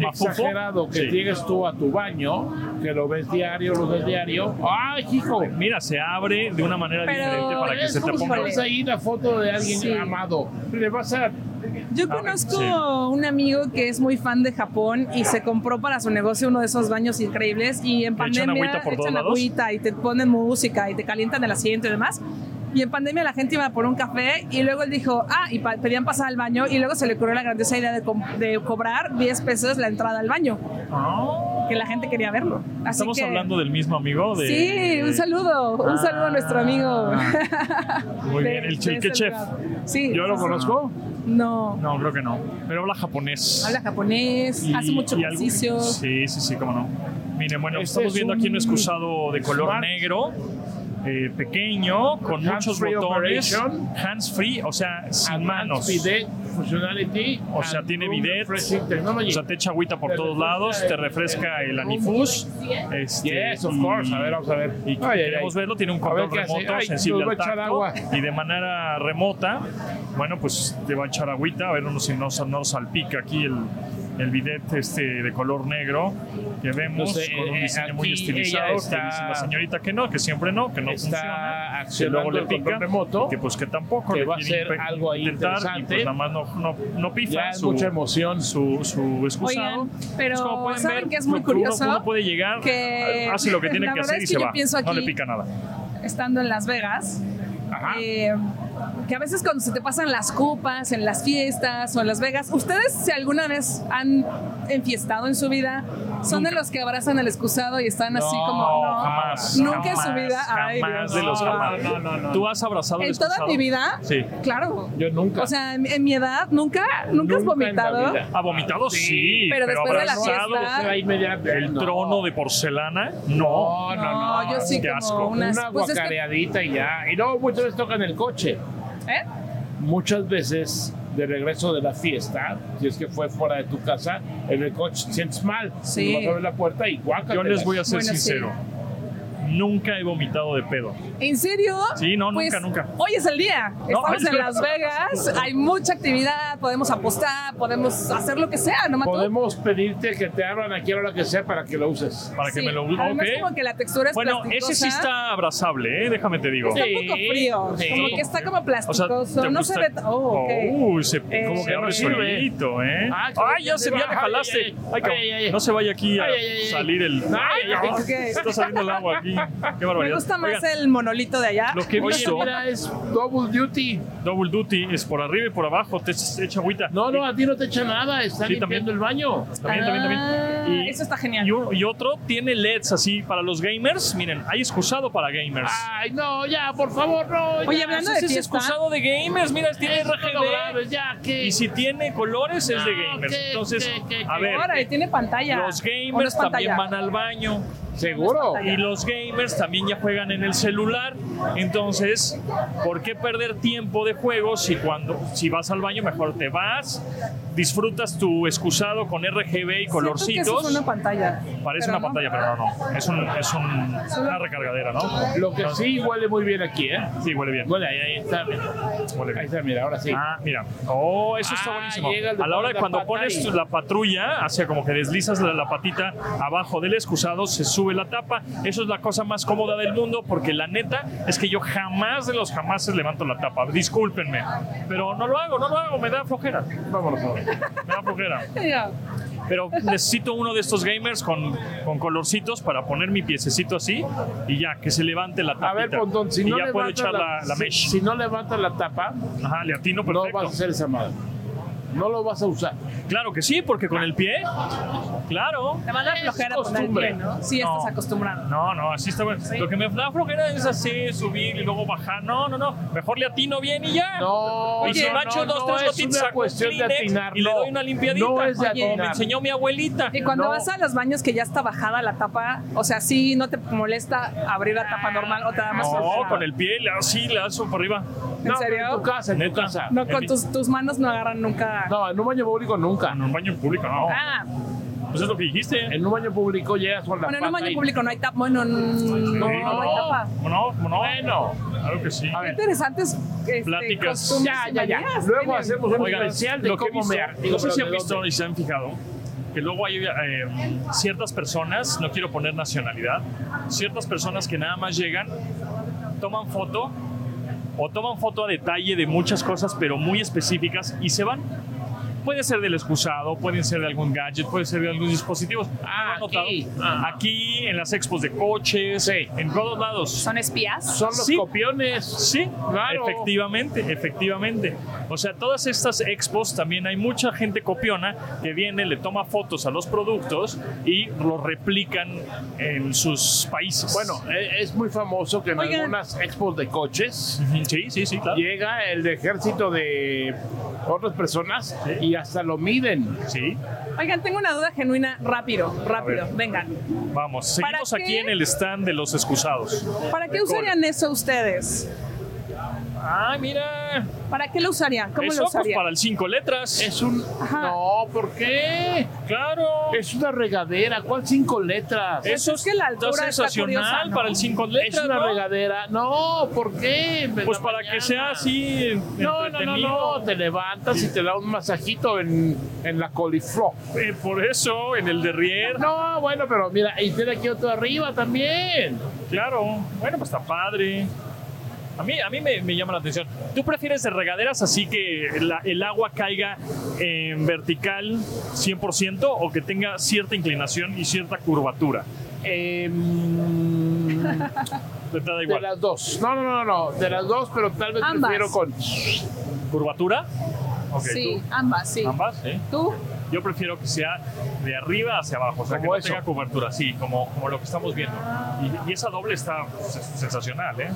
C: ¿Mafufo?
B: exagerado que
C: Sí.
B: llegues tú a tu baño, que lo ves diario, lo ves diario. ¡Ay, hijo!
C: Mira, se abre de una manera
D: Pero eh.
C: diferente para que
B: Es
C: se te
B: como si
C: ponga.
B: pones ahí la foto de alguien
D: Sí.
B: amado. Le vas a
D: Yo conozco
C: Ah, sí.
D: un amigo que es muy fan de Japón y se compró para su negocio uno de esos baños increíbles y en
C: ¿Que echan
D: pandemia
C: agüita por todos
D: echan
C: lados?
D: agüita y te ponen música y te calientan el asiento y demás. Y en pandemia la gente iba por un café y luego él dijo, ah, y pa- pedían pasar al baño y luego se le ocurrió la grandiosa idea de, com- de cobrar 10 pesos la entrada al baño, que la gente quería verlo. Así
C: Ah, Estamos
D: que-
C: hablando del mismo amigo. De, Ah,
D: Sí, un saludo, un saludo a nuestro amigo.
C: Muy
D: De-
C: bien, el
D: (laughs) de
C: Chilke
D: ese
C: Chef.
D: lugar. Sí.
C: ¿Yo lo conozco?
D: No.
C: No, creo que no. Pero habla japonés.
D: Habla japonés,
C: Y-
D: hace mucho
C: y algo-
D: ejercicio.
C: Sí, sí, sí, cómo no. Miren, bueno,
B: Este
C: estamos
B: es
C: viendo
B: un
C: aquí un excusado de color
B: smart.
C: negro, eh, pequeño, con
B: Hands
C: muchos
B: free
C: botones,
B: operation.
C: hands free, o sea, sin manos.
B: bidet functionality.
C: O sea, tiene bidet, o
B: refreshing technology.
C: sea, te echa agüita por
B: Te
C: todos
B: refresca
C: lados, te
B: el-
C: refresca
B: el-
C: el anifus. este,
B: Yes, of
C: y-
B: course. A ver, vamos a ver.
C: Y
B: Ay, ay,
C: queremos
B: ay.
C: verlo, tiene un
B: A ver
C: control
B: qué hace.
C: remoto,
B: Ay,
C: sensible
B: nos va
C: al
B: a echar
C: tacto
B: agua.
C: y de manera remota, bueno, pues te va a echar agüita, a ver no- si no nos salpica aquí el, el bidet este de color negro que vemos
B: Entonces,
C: con un
B: eh,
C: diseño muy
B: aquí
C: estilizado,
B: ella está-
C: que dice la señorita que no, que siempre no, que no
B: Está
C: funciona, que luego
B: accionando
C: le
B: el
C: pica,
B: control remoto.
C: y que pues que tampoco
B: que
C: le
B: va a
C: quiere
B: ser
C: impe-
B: algo ahí
C: intentar, y
B: interesante.
C: pues nada más no, no, no pifa
B: Ya es
C: su,
B: mucha emoción.
C: su, su excusado.
D: Oigan, pero
C: Pues, como pueden
D: ¿saben
C: ver,
D: que es muy
C: uno-
D: curioso?
C: Uno, puede llegar,
D: Que
C: hace lo que tiene
D: la
C: que
D: verdad
C: hacer y
D: es
C: se
D: que yo
C: va,
D: pienso
C: no le
D: aquí-
C: pica nada.
D: Estando en Las Vegas,
B: Ajá.
D: eh, que a veces cuando se te pasan las copas en las fiestas o en Las Vegas, ¿ustedes si alguna vez han enfiestado en su vida? ¿Son de los que abrazan el excusado y están así como no?
C: jamás.
D: Nunca en
C: jamás,
D: su vida. Ay,
C: jamás
D: Dios,
C: de los
D: no,
C: jamás.
B: no, no, no.
C: ¿Tú has abrazado el
D: ¿En toda
C: excusado?
D: mi vida?
C: Sí.
D: Claro.
B: Yo nunca.
D: O sea, en, en mi edad, ¿nunca, nunca, has
B: Nunca en la
D: vomitado.
B: vida.
C: ¿Ha vomitado? Sí.
D: Pero después de la
C: abrazado,
D: fiesta-
B: Era inmediato.
C: ¿El
B: No.
C: trono de porcelana? No.
B: No, no,
D: No,
B: no.
D: yo sí
C: qué
D: como
C: asco.
D: unas...
B: Una
D: pues es que-
B: guacareadita y ya. Y no, muchas veces tocan el coche.
D: ¿Eh?
B: Muchas veces de regreso de la fiesta, si es que fue fuera de tu casa, en el coche te sientes mal.
D: Sí.
B: Y Vas a abrir la puerta y guácatelas.
C: Yo les voy a ser
D: Bueno, sí.
C: sincero. Nunca he vomitado de pedo.
D: ¿En serio? Pues,
C: Sí, no, nunca, nunca.
D: Hoy es el día. Estamos
C: ay,
D: en Las Vegas, hay mucha actividad, podemos apostar, podemos hacer lo que sea, ¿no, Matú?
B: Podemos pedirte que te abran aquí a la hora que sea para que lo uses.
C: Para que
D: Sí.
C: me lo...
D: Además,
C: ok.
D: como que la textura es
C: Bueno, ese sí
D: plasticosa.
C: está abrazable, ¿eh? déjame te digo.
D: Está un poco
B: Sí,
D: frío,
B: sí.
D: como que está como
C: O sea,
D: plasticoso,
C: ¿te
D: no
C: gusta?
D: se ve... ta- Oh, ok.
C: Uy, se,
D: Eh,
C: como que
B: se
C: abre
B: recibe.
C: solito, ¿eh?
B: Ah,
C: Ay,
B: que
C: ya
B: ya
C: se
B: se
C: ya
B: va.
C: le jalaste.
B: Ay, ay,
C: Ay, cabrón,
B: ay, ay, ay.
C: No se vaya aquí a
B: Ay, ay, ay, ay.
C: salir el. Ay,
B: ay,
C: no,
D: ok.
C: Está saliendo el agua aquí. Qué barbaridad.
D: Me gusta más
C: Oigan,
D: el monolito de allá.
C: Lo que he
B: Oye,
C: visto,
B: mira, es double duty.
C: Double Duty, es por arriba y por abajo, te echa agüita.
B: No, no, a ti no te echa nada. Están
C: Sí, también.
B: limpiando el baño.
C: También, también,
D: Ah,
C: también.
D: eso está genial.
C: Y, un- y otro tiene LEDs así para los gamers. Miren, hay excusado para gamers.
B: Ay, no, ya, por favor, no.
D: Oye,
B: ya.
D: hablando
C: Ese
D: de
C: es
D: fiesta,
C: excusado de gamers. Mira, tiene
B: Eso no lo grabes,
C: RGB.
B: ya, Ah, que.
C: Y si tiene colores, es de
B: No,
C: gamers.
B: qué,
C: Entonces,
B: qué, qué,
C: a
B: qué.
C: ver.
D: ahora y tiene pantalla.
C: Los
D: ¿O no es
C: gamers
D: pantalla?
C: también van al baño.
B: Seguro.
C: Y los gamers también ya juegan en el celular. Entonces, ¿por qué perder tiempo de juego si cuando si vas al baño mejor te vas, disfrutas tu excusado con RGB y
D: Siento que eso
C: colorcitos?
D: es una pantalla.
C: Parece
D: pero
C: una pantalla, pero no, no. Es, un, es un- una recargadera, ¿no?
B: Lo que
C: No,
B: sí huele muy bien aquí, ¿eh?
C: Sí, huele bien.
B: Huele, ahí, ahí está, mira.
C: Huele
B: Ahí
C: bien.
B: está, mira, ahora sí.
C: Ah, mira. Oh, eso está
B: Ah,
C: buenísimo.
B: llega el
C: A la hora de
B: de
C: cuando
B: pata
C: pones
B: y-
C: la patrulla, hacia como que deslizas la, la patita abajo del excusado, se sube la tapa. Eso es la cosa más cómoda del mundo porque la neta es que yo jamás de los jamás levanto la tapa. Discúlpenme, pero no lo hago, no lo hago, me da flojera. Vámonos ahora. Me da flojera.
D: Ya.
C: Pero necesito uno de estos gamers con, con colorcitos para poner mi piececito así y ya, que se levante la tapita.
B: A ver, Pontón, si
C: y
B: no
C: ya puedo
B: levantas
C: echar la, la
B: si-
C: mesh.
B: Si, no levantas la tapa,
C: Ajá, le atino perfecto.
B: no vas a hacer esa madre. no lo vas a usar.
C: Claro que sí, porque con el pie. Claro.
D: Te manda flojera
C: Es
D: poner el
C: costumbre.
D: pie, ¿no? Sí,
C: No.
D: estás acostumbrado.
C: No, no, así está bueno. Lo que me da flojera es así, subir y luego bajar. No, no, no. Mejor le atino bien y ya.
B: No,
C: y si
B: no,
C: me echo
B: no,
C: dos,
B: no
C: tres
B: es
C: gotitas,
B: una
C: saco un
B: cuestión de
C: Kleenex
B: atinar,
C: y le
B: no.
C: doy una limpiadita.
B: No es de
C: Oye,
B: atinar.
C: me enseñó mi abuelita.
D: Y cuando
C: No.
D: vas a los baños que ya está bajada la tapa, o sea, sí, no te molesta abrir la tapa normal o te da más
C: No,
D: flojera?
C: con el pie, le- así le alzo por arriba.
D: ¿En serio?
B: En tu casa, en tu
C: Neta.
B: casa.
D: No,
C: en
D: con
C: mi-
D: tus, tus manos no agarran nunca.
B: No, en un baño público nunca.
C: En un baño público, no.
D: Ah,
C: Pues es lo que dijiste.
B: En un baño público llegas con la
D: bueno, en un
B: pata
D: baño
B: y-
D: público no hay tapa. Bueno, mm, no, no hay tapa.
C: No, no, bueno. Claro que sí.
B: A
D: Qué
B: ver,
D: interesantes este,
C: Pláticas.
D: costumbres
B: ya,
D: y
B: ya, ya.
D: manías
B: Luego
D: tienen.
B: hacemos un
C: Oigan,
B: especial de
C: lo que he
B: cómo
C: visto,
B: mear.
C: no sé si han
B: ¿de
C: visto
B: dónde?
C: y se han fijado que luego hay eh, ciertas personas, no quiero poner nacionalidad, ciertas personas que nada más llegan, toman foto o toman foto a detalle de muchas cosas, pero muy específicas y se van. Puede ser del excusado, pueden ser de algún gadget, puede ser de algunos dispositivos.
B: Ah,
C: ¿Lo han notado?
B: aquí.
C: Aquí, en las expos de coches,
B: Sí.
C: en todos lados.
D: Son espías.
B: Son los
C: Sí.
B: copiones.
C: Sí,
B: Claro.
C: efectivamente, efectivamente. O sea, todas estas expos también hay mucha gente copiona que viene, le toma fotos a los productos y los replican en sus países.
B: Bueno, e- es muy famoso que en
D: Oigan.
B: algunas expos de coches
C: Ujú, sí, sí, sí, claro.
B: llega el ejército de otras personas y hasta lo miden.
C: Sí,
D: Oigan, tengo una duda genuina, rápido, rápido, vengan.
C: vamos,
D: ¿Para
C: seguimos aquí
D: qué?
C: en el stand de los excusados.
D: ¿Para qué usarían eso ustedes?
C: Ah, mira,
D: ¿Para qué lo usarían? ¿Cómo
C: eso
D: lo
C: pues,
D: usarían?
C: para el cinco letras.
B: Es un...
D: Ajá.
B: No, ¿por qué?
C: claro.
B: Es una regadera. ¿Cuál cinco letras?
D: Pues es que la altura está
C: sensacional
D: curiosa, ¿no?
C: para el cinco
B: Es
C: letras.
B: una
C: ¿no?
B: regadera. No, ¿por qué? En
C: Pues
B: la
C: para
B: mañana.
C: que sea así.
B: No, no, no,
C: entretenido.
B: no. Te levantas y te da un masajito en, en la coliflor.
C: Eh, por eso, en el de Rier.
B: No, bueno, pero mira, y tiene aquí otro arriba también.
C: Claro, bueno, pues está padre. A mí, a mí me, me llama la atención. ¿Tú prefieres de regaderas así que la- el agua caiga en vertical 100% o que tenga cierta inclinación y cierta curvatura? (laughs)
B: Em,
C: ¿Te te da
B: de
C: igual?
B: las dos. No, no, no, no. De las dos, pero tal vez
D: Ambas.
B: prefiero con.
C: ¿Curvatura? Ok,
D: sí, ambas, sí.
C: tú, ambas, ¿eh?
D: ¿Tú?
C: Yo prefiero que sea de arriba hacia abajo, o sea, que
B: Como
C: no
B: eso.
C: tenga cobertura, sí, como, como lo que estamos viendo. Y, y esa doble está se- sensacional, ¿eh?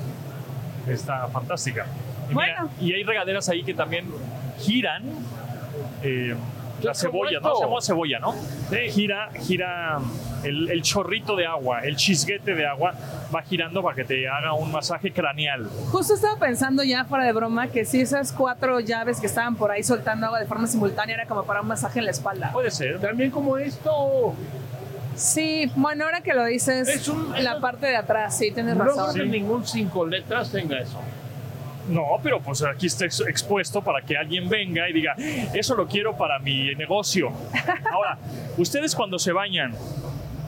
C: Está fantástica. Y, mira,
D: Bueno.
C: y hay regaderas ahí que también giran. eh, la
B: Qué
C: cebolla,
B: bonito.
C: ¿no? Se llama cebolla, ¿no? Gira, gira el, el chorrito de agua, el chisguete de agua va girando para que te haga un masaje craneal.
D: Justo estaba pensando ya fuera de broma que si esas cuatro llaves que estaban por ahí soltando agua de forma simultánea era como para un masaje en la espalda.
C: Puede ser.
B: También como esto.
D: Sí, bueno, ahora que lo dices,
B: Es un- es
D: la
B: un-
D: parte de atrás, sí, tienes
B: No
D: razón.
B: creo que ningún cinco letras tenga eso.
C: No, pero pues aquí está ex- expuesto para que alguien venga y diga, eso lo quiero para mi negocio. Ahora, ustedes cuando se bañan,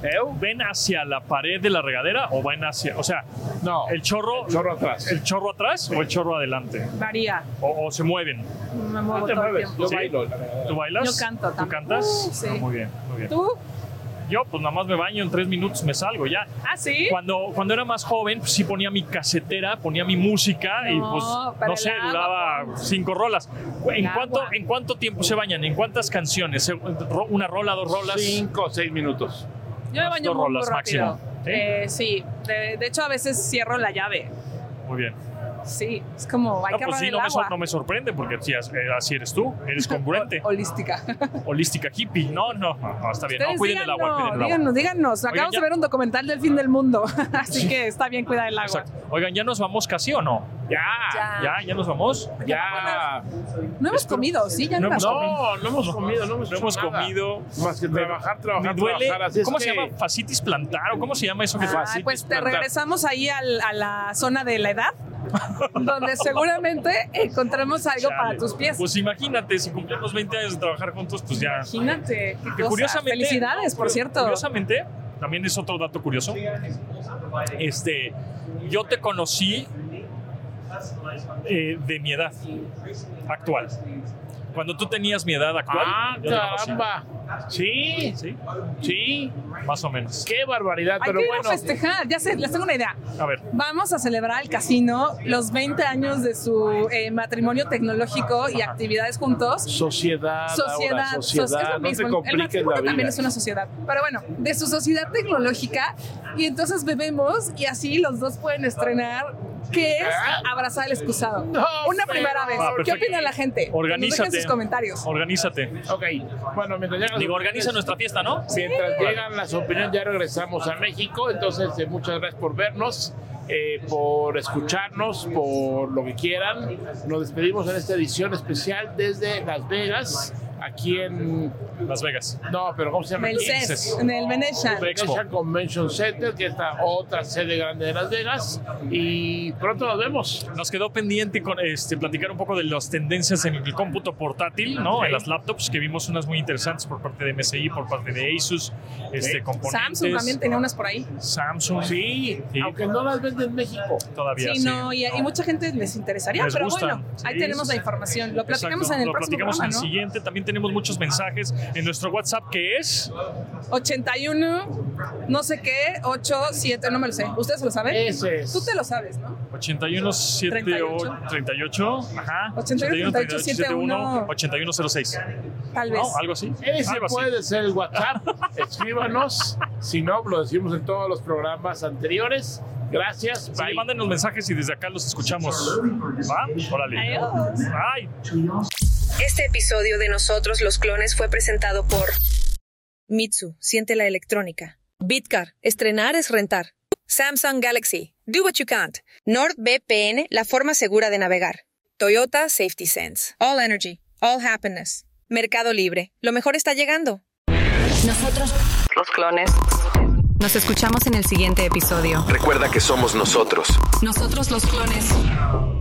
C: eh, ¿ven hacia la pared de la regadera o van hacia, o sea,
B: No.
C: el chorro, el
B: chorro atrás.
C: el chorro atrás o el chorro adelante?
D: Varía,
C: O, o se mueven?
D: me muevo
B: No te
D: todo el
B: mueves.
D: tiempo.
B: Yo
C: Sí.
B: bailo. la regadera.
C: ¿Tú bailas?
D: Yo canto
C: ¿Tú
D: también.
C: cantas?
D: Uh, sí.
C: Ah, muy bien, muy bien.
D: ¿Tú?
C: Yo pues nada más me baño, en tres minutos me salgo ya.
D: ¿Ah, sí?
C: Cuando, cuando era más joven, pues, sí ponía mi casetera, ponía mi música y
D: No,
C: pues
D: pero
C: no
D: el
C: sé,
D: agua,
C: duraba cinco rolas. ¿En
D: El
C: cuánto,
D: agua.
C: ¿En cuánto tiempo se bañan? ¿En cuántas canciones? ¿Se- ro- ¿Una rola, dos rolas?
B: Cinco o seis minutos.
D: Yo me
C: Las
D: baño
C: dos
D: muy, muy
C: rolas
D: rápido.
C: máximo, ¿sí?
D: ¿Sí? Eh, sí, de, de hecho a veces cierro la llave.
C: Muy bien.
D: Sí, es como hay
C: No,
D: que
C: pues
D: ahorrar
C: sí,
D: el
C: no me, sor-
D: agua.
C: no me sorprende porque así, es- eh, así eres tú, eres
D: (laughs)
C: congruente.
D: Holística.
C: Holística hippie. No, no, no, no, está bien. No,
D: Ustedes
C: cuiden el agua, cuiden el agua.
D: díganos, díganos.
C: Oigan,
D: Acabamos
C: ya-
D: de ver un documental del fin del mundo, (laughs) así que está bien cuidar el agua.
C: Exacto. Oigan, ¿ya nos vamos casi o no?
B: Ya.
D: Ya.
C: ¿Ya? ¿Ya nos vamos?
B: Ya.
D: No hemos comido, sí, ya
C: No
D: no,
C: hemos
D: hemos
B: No, no hemos comido. No hemos,
C: No
B: hecho
C: hemos
B: nada.
C: comido.
B: Más que
C: Me-
B: trabajar, trabajar,
C: me duele.
B: trabajar. Así es
C: ¿Cómo se
B: que-
C: llama? ¿Facitis plantar o cómo se llama eso que
D: Ah,
C: facitis
D: pues te
C: plantar?
D: regresamos ahí al- a la zona de la
C: (laughs)
D: edad, donde seguramente encontramos algo para
C: Chale.
D: tus pies.
C: Pues imagínate, si cumplimos 20 años de trabajar juntos, pues ya.
D: Imagínate. qué
C: Que
D: cosa.
C: curiosamente.
D: Felicidades, por
C: cu-
D: cierto.
C: Curiosamente, también es otro dato curioso. Este, yo te conocí eh, de mi edad actual. Cuando tú tenías mi edad actual,
B: Ah,
C: yo te conocí.
B: caramba. Sí,
C: sí,
B: sí.
C: Más o menos.
B: Qué barbaridad,
D: Hay
B: pero
D: que ir
B: bueno.
D: a festejar. Ya sé, les tengo una idea.
C: A ver.
D: Vamos a celebrar al casino los 20 años de su eh, matrimonio tecnológico y actividades juntos.
B: Sociedad,
D: Sociedad,
B: ahora,
D: so-
B: sociedad.
D: es lo
B: no te
D: mismo. El
B: compliques
D: matrimonio
B: la vida.
D: también es una sociedad. Pero bueno, de su sociedad tecnológica y entonces bebemos y así los dos pueden estrenar qué es abrazar el excusado. una
B: pero-
D: primera vez.
C: Ah,
D: ¿Qué
C: perfecto.
D: opina la gente? Que nos
C: Organízate.
D: dejen sus comentarios.
C: Organízate.
B: Ok, bueno, mientras llegan.
C: Digo, organiza nuestra fiesta, ¿no?
B: Mientras llegan las opiniones, ya regresamos a México. Entonces, eh, muchas gracias por vernos, eh, por escucharnos, por lo que quieran. Nos despedimos en esta edición especial desde Las Vegas, aquí en.
C: Las Vegas.
B: No, pero ¿cómo se
D: En
B: llama?
D: el
B: aquí?
D: CES, en el Venetian.
B: Venetian Convention Center, que es la otra sede grande de Las Vegas. Y pronto nos vemos.
C: Nos quedó pendiente con, este, platicar un poco de las tendencias en el cómputo portátil, ¿no? En las laptops, que vimos unas muy interesantes por parte de MSI, por parte de Asus, este, componentes.
D: Samsung también tenía unas por ahí.
C: Samsung.
B: Sí,
C: Sí.
B: aunque no las vende en México.
C: Todavía
D: Sí,
C: sí.
D: no, y, y mucha gente les interesaría,
C: Les
D: pero
C: gustan.
D: bueno, ahí
C: Sí,
D: tenemos
C: sí,
D: la
C: sí.
D: información. Lo platicamos
C: Exacto,
D: en el
C: Lo
D: próximo
C: platicamos
D: programa,
C: en el
D: ¿no?
C: siguiente. También tenemos muchos mensajes en nuestro WhatsApp, que es...
D: 81, no sé qué, 87, no me lo sé. ¿Ustedes lo saben?
B: Ese es.
D: Tú te lo sabes, ¿no?
C: 81 78 38 ajá
D: 81 38 71
C: 81 06
D: Tal vez.
C: ¿no? algo así
B: Ese
C: algo así.
B: puede ser el WhatsApp. (laughs) Escríbanos. Si no, lo decimos en todos los programas anteriores. Gracias.
C: Sí,
B: Bye.
C: manden los mensajes y desde acá los escuchamos va órale
D: Adiós.
C: bye
A: Este episodio de Nosotros los Clones fue presentado por Mitsu, siente la electrónica. Bitcar, estrenar es rentar. Samsung Galaxy, do what you can't. NordVPN, la forma segura de navegar. Toyota Safety Sense. All Energy, All Happiness. Mercado Libre, lo mejor está llegando.
I: Nosotros
H: Los clones.
J: Nos escuchamos en el siguiente episodio.
K: Recuerda que somos nosotros.
J: Nosotros los clones.